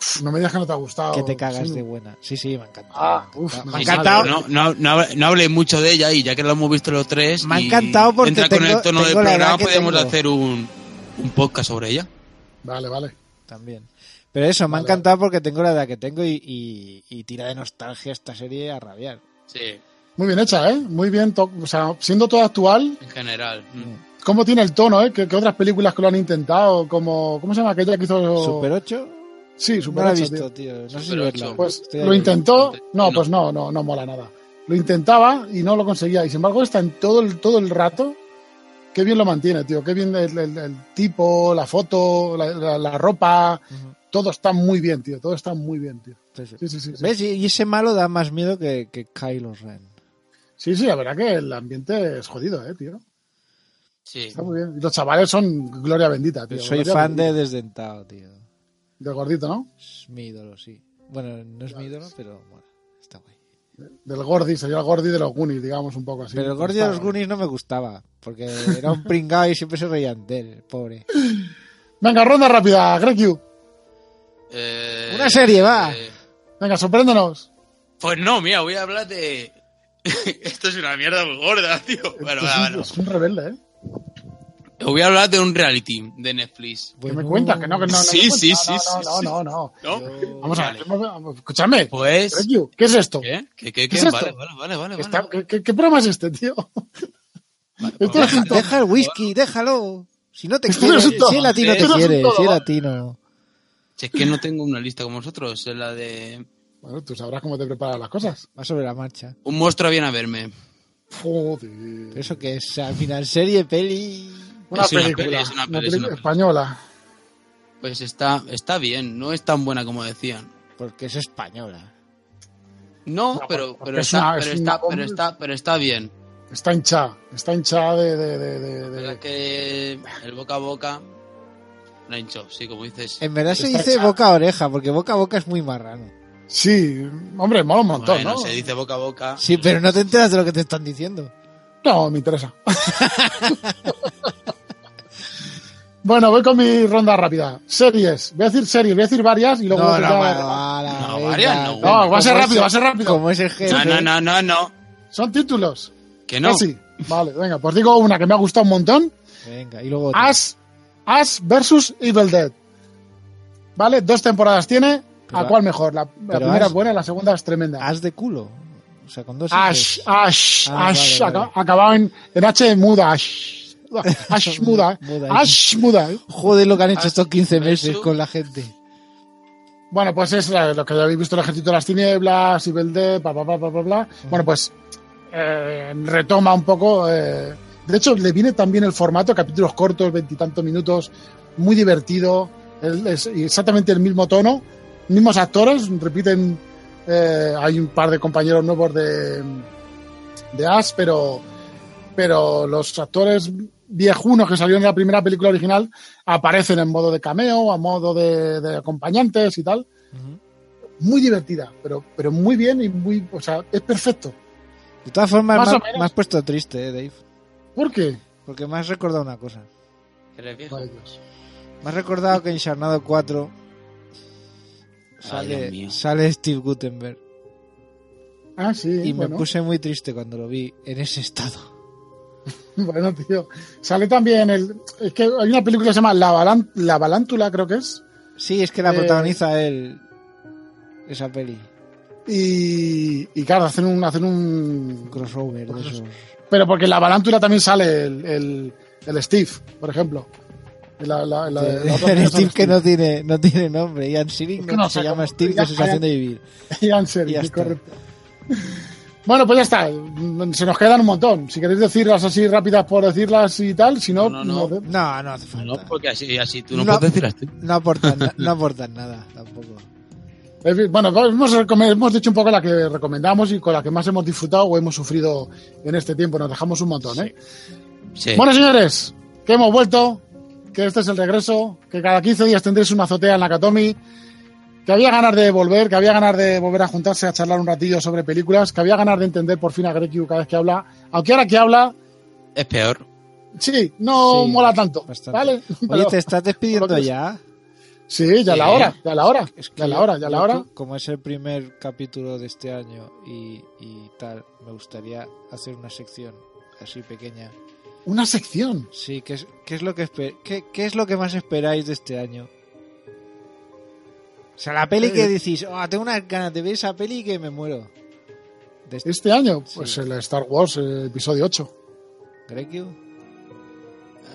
Speaker 1: Pff, No me digas que no te ha gustado.
Speaker 3: Que te cagas
Speaker 1: Sí.
Speaker 3: de buena. Sí, sí, me ha encantado.
Speaker 1: Ah,
Speaker 3: me ha encantado.
Speaker 1: uf,
Speaker 3: me ha
Speaker 1: sí, sí,
Speaker 3: encantado.
Speaker 4: pero No, no, no, hable- no habléis mucho de ella y ya que lo hemos visto los tres.
Speaker 3: Me ha
Speaker 4: y
Speaker 3: encantado porque
Speaker 4: entra con
Speaker 3: tengo-
Speaker 4: el tono del
Speaker 3: tengo la edad
Speaker 4: programa,
Speaker 3: que
Speaker 4: podemos
Speaker 3: tengo.
Speaker 4: hacer un, un podcast sobre ella.
Speaker 1: Vale, vale.
Speaker 3: También. Pero eso, me ha
Speaker 1: Vale.
Speaker 3: encantado porque tengo la edad que tengo y, y- y tira de nostalgia esta serie a rabiar.
Speaker 4: Sí,
Speaker 1: Muy bien hecha, ¿eh? Muy bien, to- o sea, siendo todo actual,
Speaker 4: en general. Mm.
Speaker 1: ¿cómo tiene el tono, eh? Que, que otras películas que lo han intentado, como, ¿cómo se llama aquella que hizo?
Speaker 3: ¿Super 8?
Speaker 1: Sí,
Speaker 3: No
Speaker 1: Super
Speaker 3: la he
Speaker 1: 8,
Speaker 3: visto,
Speaker 1: tío.
Speaker 3: tío. No sé si
Speaker 4: Super
Speaker 3: verla.
Speaker 4: 8.
Speaker 1: Pues
Speaker 3: Estoy
Speaker 1: lo
Speaker 3: ahí.
Speaker 1: intentó, no,
Speaker 4: No.
Speaker 1: pues no, no, no mola nada. Lo intentaba y no lo conseguía. Y sin embargo, está en todo el, todo el rato. Qué bien lo mantiene, tío. Qué bien el, el- el tipo, la foto, la, la- la ropa.
Speaker 3: Ujú.
Speaker 1: Todo está muy bien, tío. Todo está muy bien, tío.
Speaker 3: Sí, sí.
Speaker 1: Sí, sí, sí. Sí,
Speaker 3: ¿Ves? Y y ese malo da más miedo que, que Kylo Ren.
Speaker 1: sí, sí, la verdad que el ambiente es jodido, eh, tío.
Speaker 4: Sí.
Speaker 1: Está muy bien. Y los chavales son gloria bendita, tío.
Speaker 3: Soy
Speaker 1: Gloria
Speaker 3: fan de
Speaker 1: bendita.
Speaker 3: Desdentado, tío.
Speaker 1: Del gordito, ¿no?
Speaker 3: Es mi ídolo, sí. Bueno, no es mi ídolo, pero bueno, está guay.
Speaker 1: Del gordi, sería el gordi de los Goonies, digamos, un poco así.
Speaker 3: pero el gordo de
Speaker 1: pues Está-
Speaker 3: los Goonies no me gustaba, porque era un pringao y siempre se reían de él, pobre.
Speaker 1: Venga, ronda rápida, Greg Yu.
Speaker 4: Eh,
Speaker 3: Una serie, va.
Speaker 4: eh,
Speaker 1: Venga, sorpréndenos.
Speaker 4: Pues no, mira, voy a hablar de. Esto es una mierda muy gorda, tío. Bueno,
Speaker 1: es, un-
Speaker 4: va, bueno.
Speaker 1: es un rebelde, eh.
Speaker 4: Voy a hablar de un reality de Netflix.
Speaker 1: ¿Qué me cuentas? Que no, que no. no me
Speaker 4: Sí,
Speaker 1: cuentas.
Speaker 4: sí,
Speaker 1: No,
Speaker 4: sí,
Speaker 1: no,
Speaker 4: sí,
Speaker 1: No,
Speaker 4: sí.
Speaker 1: no, no, no.
Speaker 4: ¿No?
Speaker 1: Vamos a ver,
Speaker 4: Vale.
Speaker 1: vamos- escúchame.
Speaker 4: Pues.
Speaker 1: Rekiu, ¿Qué es esto?
Speaker 4: ¿Qué? ¿Qué,
Speaker 1: ¿Qué
Speaker 4: qué,
Speaker 1: es
Speaker 4: qué?
Speaker 1: esto?
Speaker 4: Vale, vale, vale, vale.
Speaker 1: Está-
Speaker 4: vale.
Speaker 1: ¿qué, qué, qué programa es este, tío?
Speaker 4: Vale,
Speaker 1: esto
Speaker 4: vamos
Speaker 1: es
Speaker 4: a
Speaker 1: un
Speaker 4: ver.
Speaker 3: Deja el whisky, déjalo. Si no te
Speaker 1: Esto
Speaker 3: quiere,
Speaker 1: es un todo.
Speaker 3: si el latino te
Speaker 4: Esto
Speaker 1: es un
Speaker 3: quiere,
Speaker 1: todo,
Speaker 3: si el
Speaker 1: ¿vale?
Speaker 3: latino.
Speaker 4: Si es que no tengo una lista como vosotros, es la de.
Speaker 1: Bueno, tú sabrás cómo te preparan las cosas.
Speaker 3: Va sobre la marcha.
Speaker 4: Un monstruo viene a verme.
Speaker 1: Joder.
Speaker 3: Eso que es, al final, serie, peli.
Speaker 1: Una
Speaker 4: es una
Speaker 1: película.
Speaker 4: peli, es una peli, es
Speaker 1: película
Speaker 4: una peli.
Speaker 1: española.
Speaker 4: Pues está, está bien, no es tan buena como decían.
Speaker 3: Porque es española.
Speaker 4: No,
Speaker 1: No,
Speaker 4: pero,
Speaker 1: porque
Speaker 4: pero,
Speaker 1: es
Speaker 4: está,
Speaker 1: una- es
Speaker 4: pero,
Speaker 1: una
Speaker 4: está, pero,
Speaker 1: bomba.
Speaker 4: está, pero está bien.
Speaker 1: Está hinchada. Está hinchada de. de, de, de- de-
Speaker 4: verdad que el boca a boca la hinchó, sí, como dices.
Speaker 3: En verdad se
Speaker 1: Está
Speaker 3: dice
Speaker 1: hecha.
Speaker 3: boca a oreja, porque boca a boca es muy marrano.
Speaker 1: Sí, hombre, mola un montón,
Speaker 4: Bueno,
Speaker 1: ¿no?
Speaker 4: se dice boca a boca.
Speaker 3: Sí, pero no te enteras de lo que te están diciendo.
Speaker 1: No, me interesa. bueno, voy con mi ronda rápida. Series. Voy a decir series, voy a decir varias y luego.
Speaker 3: No, no,
Speaker 1: voy a decir ya-
Speaker 3: bueno, ala,
Speaker 4: No,
Speaker 3: venga.
Speaker 4: varias no,
Speaker 1: No, va a ser rápido, va a ser rápido.
Speaker 3: Como es el jefe.
Speaker 4: No, no, no, no, no.
Speaker 1: Son títulos.
Speaker 4: Que no.
Speaker 1: Casi. Vale, venga, pues digo una que me ha gustado un montón.
Speaker 3: Venga, y luego otra.
Speaker 1: Ash, Ash versus Evil Dead. ¿Vale? Dos temporadas tiene.
Speaker 3: Pero-
Speaker 1: ¿A cuál mejor? La, la
Speaker 3: pero
Speaker 1: primera
Speaker 3: Ash-
Speaker 1: es buena, la segunda es tremenda.
Speaker 3: As de culo. O sea, con dos
Speaker 1: Ash,
Speaker 3: As.
Speaker 1: Ash,
Speaker 3: Ah,
Speaker 1: Ash.
Speaker 3: vale, vale.
Speaker 1: aca- Acabado en, en H muda. Ash, Ash muda.
Speaker 3: Muda.
Speaker 1: Ash muda.
Speaker 3: Joder lo que han hecho estos 15
Speaker 4: versus-
Speaker 3: meses con la gente.
Speaker 1: Bueno, pues es eh, lo que ya habéis visto: El Ejército de las Tinieblas, Evil Dead, bla, bla, bla, bla, bla, bla. Bueno, pues eh, retoma un poco. eh, de hecho, le viene también el formato, capítulos cortos, veintitantos minutos, muy divertido, el- es exactamente el mismo tono, mismos actores, repiten, eh, hay un par de compañeros nuevos de, de Ash, pero pero los actores viejunos que salieron en la primera película original aparecen en modo de cameo, a modo de, de acompañantes y tal. Muy divertida, pero, pero muy bien y muy. O sea, es perfecto.
Speaker 3: De todas formas,
Speaker 1: Más
Speaker 3: me,
Speaker 1: o
Speaker 3: has-
Speaker 1: menos.
Speaker 3: me has puesto triste, eh, Dave.
Speaker 1: ¿Por qué?
Speaker 3: Porque me has recordado una cosa.
Speaker 4: Eres viejo.
Speaker 1: Ay, Dios.
Speaker 3: Me has recordado que en Charnado 4
Speaker 4: Dios
Speaker 3: sale,
Speaker 4: mío.
Speaker 3: sale Steve Gutenberg.
Speaker 1: Ah, sí.
Speaker 3: Y me
Speaker 1: bueno.
Speaker 3: puse muy triste cuando lo vi en ese estado.
Speaker 1: Bueno, tío. Sale también el. Es que hay una película que se llama La, Balan- La Balántula, creo que es.
Speaker 3: Sí, es que la
Speaker 1: Eh.
Speaker 3: protagoniza él. Esa peli.
Speaker 1: Y, y claro, hacen un, hacen un.
Speaker 3: Un crossover de esos.
Speaker 1: Pero porque en La Balántula también sale el, el- el Steve, por ejemplo. En la- la- la-
Speaker 3: de-
Speaker 1: la otra
Speaker 3: el
Speaker 1: película
Speaker 3: Steve
Speaker 1: sale
Speaker 3: que no tiene, no tiene nombre. Ian Searing
Speaker 1: Es que no
Speaker 3: se
Speaker 1: sé
Speaker 3: llama
Speaker 1: cómo-
Speaker 3: Steve
Speaker 1: ya-
Speaker 3: de sensación de vivir.
Speaker 1: Y Ansel,
Speaker 3: Ya
Speaker 1: sí,
Speaker 3: está.
Speaker 1: correcto. Bueno, pues ya está. Se nos quedan un montón. Si queréis decirlas así rápidas por decirlas y tal, si no,
Speaker 4: No, no, no.
Speaker 1: de-
Speaker 3: No, no hace
Speaker 4: No,
Speaker 1: pues-
Speaker 3: falta.
Speaker 4: porque así, así tú no,
Speaker 3: No.
Speaker 4: puedes decir así.
Speaker 3: No aportan, na- no aportan nada tampoco.
Speaker 1: En fin, Bueno, pues hemos, recome- hemos dicho un poco la que recomendamos y con la que más hemos disfrutado o hemos sufrido en este tiempo. Nos dejamos un montón, ¿eh?
Speaker 4: Sí.
Speaker 1: Bueno, señores, que hemos vuelto, que este es el regreso, que cada 15 días tendréis una azotea en Nakatomi, que había ganas de volver, que había ganas de volver a juntarse a charlar un ratillo sobre películas, que había ganas de entender por fin a Grekiu cada vez que habla, aunque ahora que habla,
Speaker 4: es peor.
Speaker 1: sí, no
Speaker 3: Sí,
Speaker 1: mola tanto,
Speaker 3: bastante.
Speaker 1: ¿vale?
Speaker 3: Oye,
Speaker 1: Pero-
Speaker 3: ¿te estás despidiendo
Speaker 1: por lo que-
Speaker 3: ya?
Speaker 1: Sí, ya
Speaker 4: Sí.
Speaker 1: la hora, ya la hora,
Speaker 3: Es que
Speaker 1: ya la
Speaker 3: yo-
Speaker 1: hora, ya
Speaker 3: yo
Speaker 1: la hora.
Speaker 3: co- Como es el primer capítulo de este año y, y tal, me gustaría hacer una sección así pequeña.
Speaker 1: Una sección.
Speaker 3: Sí, ¿qué es, qué es, lo, que esper- qué, qué es lo que más esperáis de este año? O sea, la peli
Speaker 1: Eh,
Speaker 3: que decís, oh, tengo unas ganas de ver esa peli que me muero. De este
Speaker 1: Este año, pues
Speaker 3: Sí.
Speaker 1: el Star Wars, eh, episodio 8.
Speaker 3: Grecu.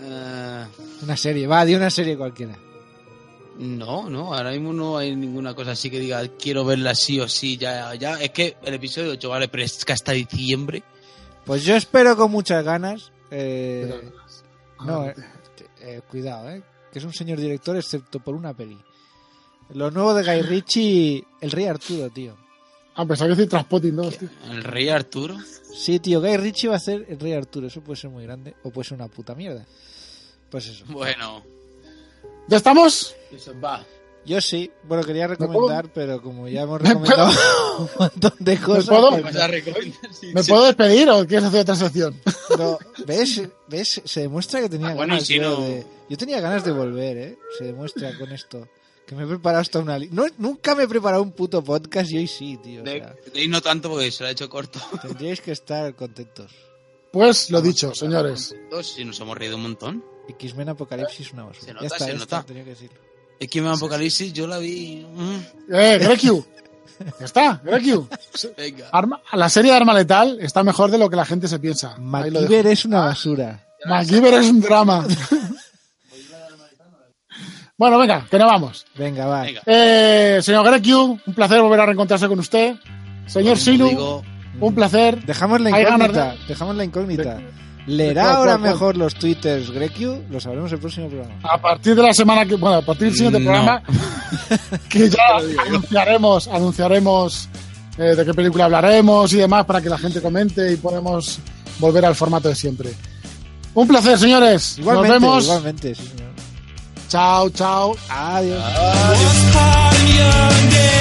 Speaker 4: Eh,
Speaker 3: Una serie, va, de una serie cualquiera.
Speaker 4: no, no, ahora mismo no hay ninguna cosa así que diga quiero verla sí o sí, ya, ya. Es que el episodio 8 vale, pero es que hasta diciembre.
Speaker 3: Pues yo espero con muchas ganas. eh,
Speaker 1: Pero-
Speaker 3: No, eh, eh, cuidado, eh, que es un señor director excepto por una peli. Lo nuevo de Guy Ritchie, El Rey Arturo, tío.
Speaker 1: Ah, pensaba que decir Transpotting 2, tío.
Speaker 4: El rey Arturo.
Speaker 3: Sí, tío, Guy Ritchie va a hacer El Rey Arturo. Eso puede ser muy grande o puede ser una puta mierda. Pues eso.
Speaker 4: Bueno,
Speaker 1: ¿Ya estamos?
Speaker 4: eso va.
Speaker 3: Yo sí, bueno, quería
Speaker 1: puedo?
Speaker 3: recomendar, pero como ya hemos recomendado un montón de cosas.
Speaker 1: puedo?
Speaker 3: pues
Speaker 4: Vas a recomendar, sí,
Speaker 1: ¿Me
Speaker 4: sí.
Speaker 1: puedo despedir o quieres hacer otra sección?
Speaker 3: no. ¿Ves? ¿Ves? Se demuestra que tenía
Speaker 4: Ah, bueno,
Speaker 3: ganas
Speaker 4: y si
Speaker 3: yo
Speaker 4: no-
Speaker 3: de... Yo tenía ganas de volver, ¿eh? Se demuestra con esto. Que me he preparado hasta una... li- No, nunca me he preparado un puto podcast y hoy sí, tío. o sea,
Speaker 4: De, de ir no tanto porque se lo ha hecho corto.
Speaker 3: tendríais que estar contentos.
Speaker 1: Pues lo dicho, señores.
Speaker 4: Dos, si nos hemos reído un montón.
Speaker 3: Y X-Men Apocalipsis es una basura.
Speaker 4: Se
Speaker 3: ya
Speaker 4: nota,
Speaker 3: está,
Speaker 4: se
Speaker 3: ya está,
Speaker 4: nota.
Speaker 3: tenía que decirlo.
Speaker 4: Es que me Apocalipsis yo la vi. mm,
Speaker 1: Eh, Grekiu. Ya está, Grekiu.
Speaker 4: venga.
Speaker 1: Arma- la serie de Arma Letal está mejor de lo que la gente se piensa. Ahí lo dejo. Ah.
Speaker 3: MacGyver es una basura.
Speaker 1: MacGyver es un drama. bueno, venga, que nos vamos.
Speaker 3: Venga, va.
Speaker 4: Venga.
Speaker 1: Eh, señor Grekiu, un placer volver a reencontrarse con usted. Señor Silu,
Speaker 4: Digo,
Speaker 1: un placer.
Speaker 3: Dejamos la
Speaker 1: Hay ganas
Speaker 3: incógnita. Dejamos la incógnita. ¿Leerá
Speaker 1: cuál,
Speaker 3: ahora
Speaker 1: cuál, cuál?
Speaker 3: mejor los twitters Grecu? Lo sabremos el próximo programa.
Speaker 1: A partir de la semana que. Bueno, a partir del siguiente
Speaker 4: No.
Speaker 1: programa, que ya anunciaremos, anunciaremos eh, de qué película hablaremos y demás para que la gente comente y podemos volver al formato de siempre. Un placer, señores.
Speaker 3: Igualmente,
Speaker 1: Nos vemos.
Speaker 3: igualmente, sí, señor.
Speaker 1: Chao, chao.
Speaker 3: Adiós.
Speaker 2: Was part of your day.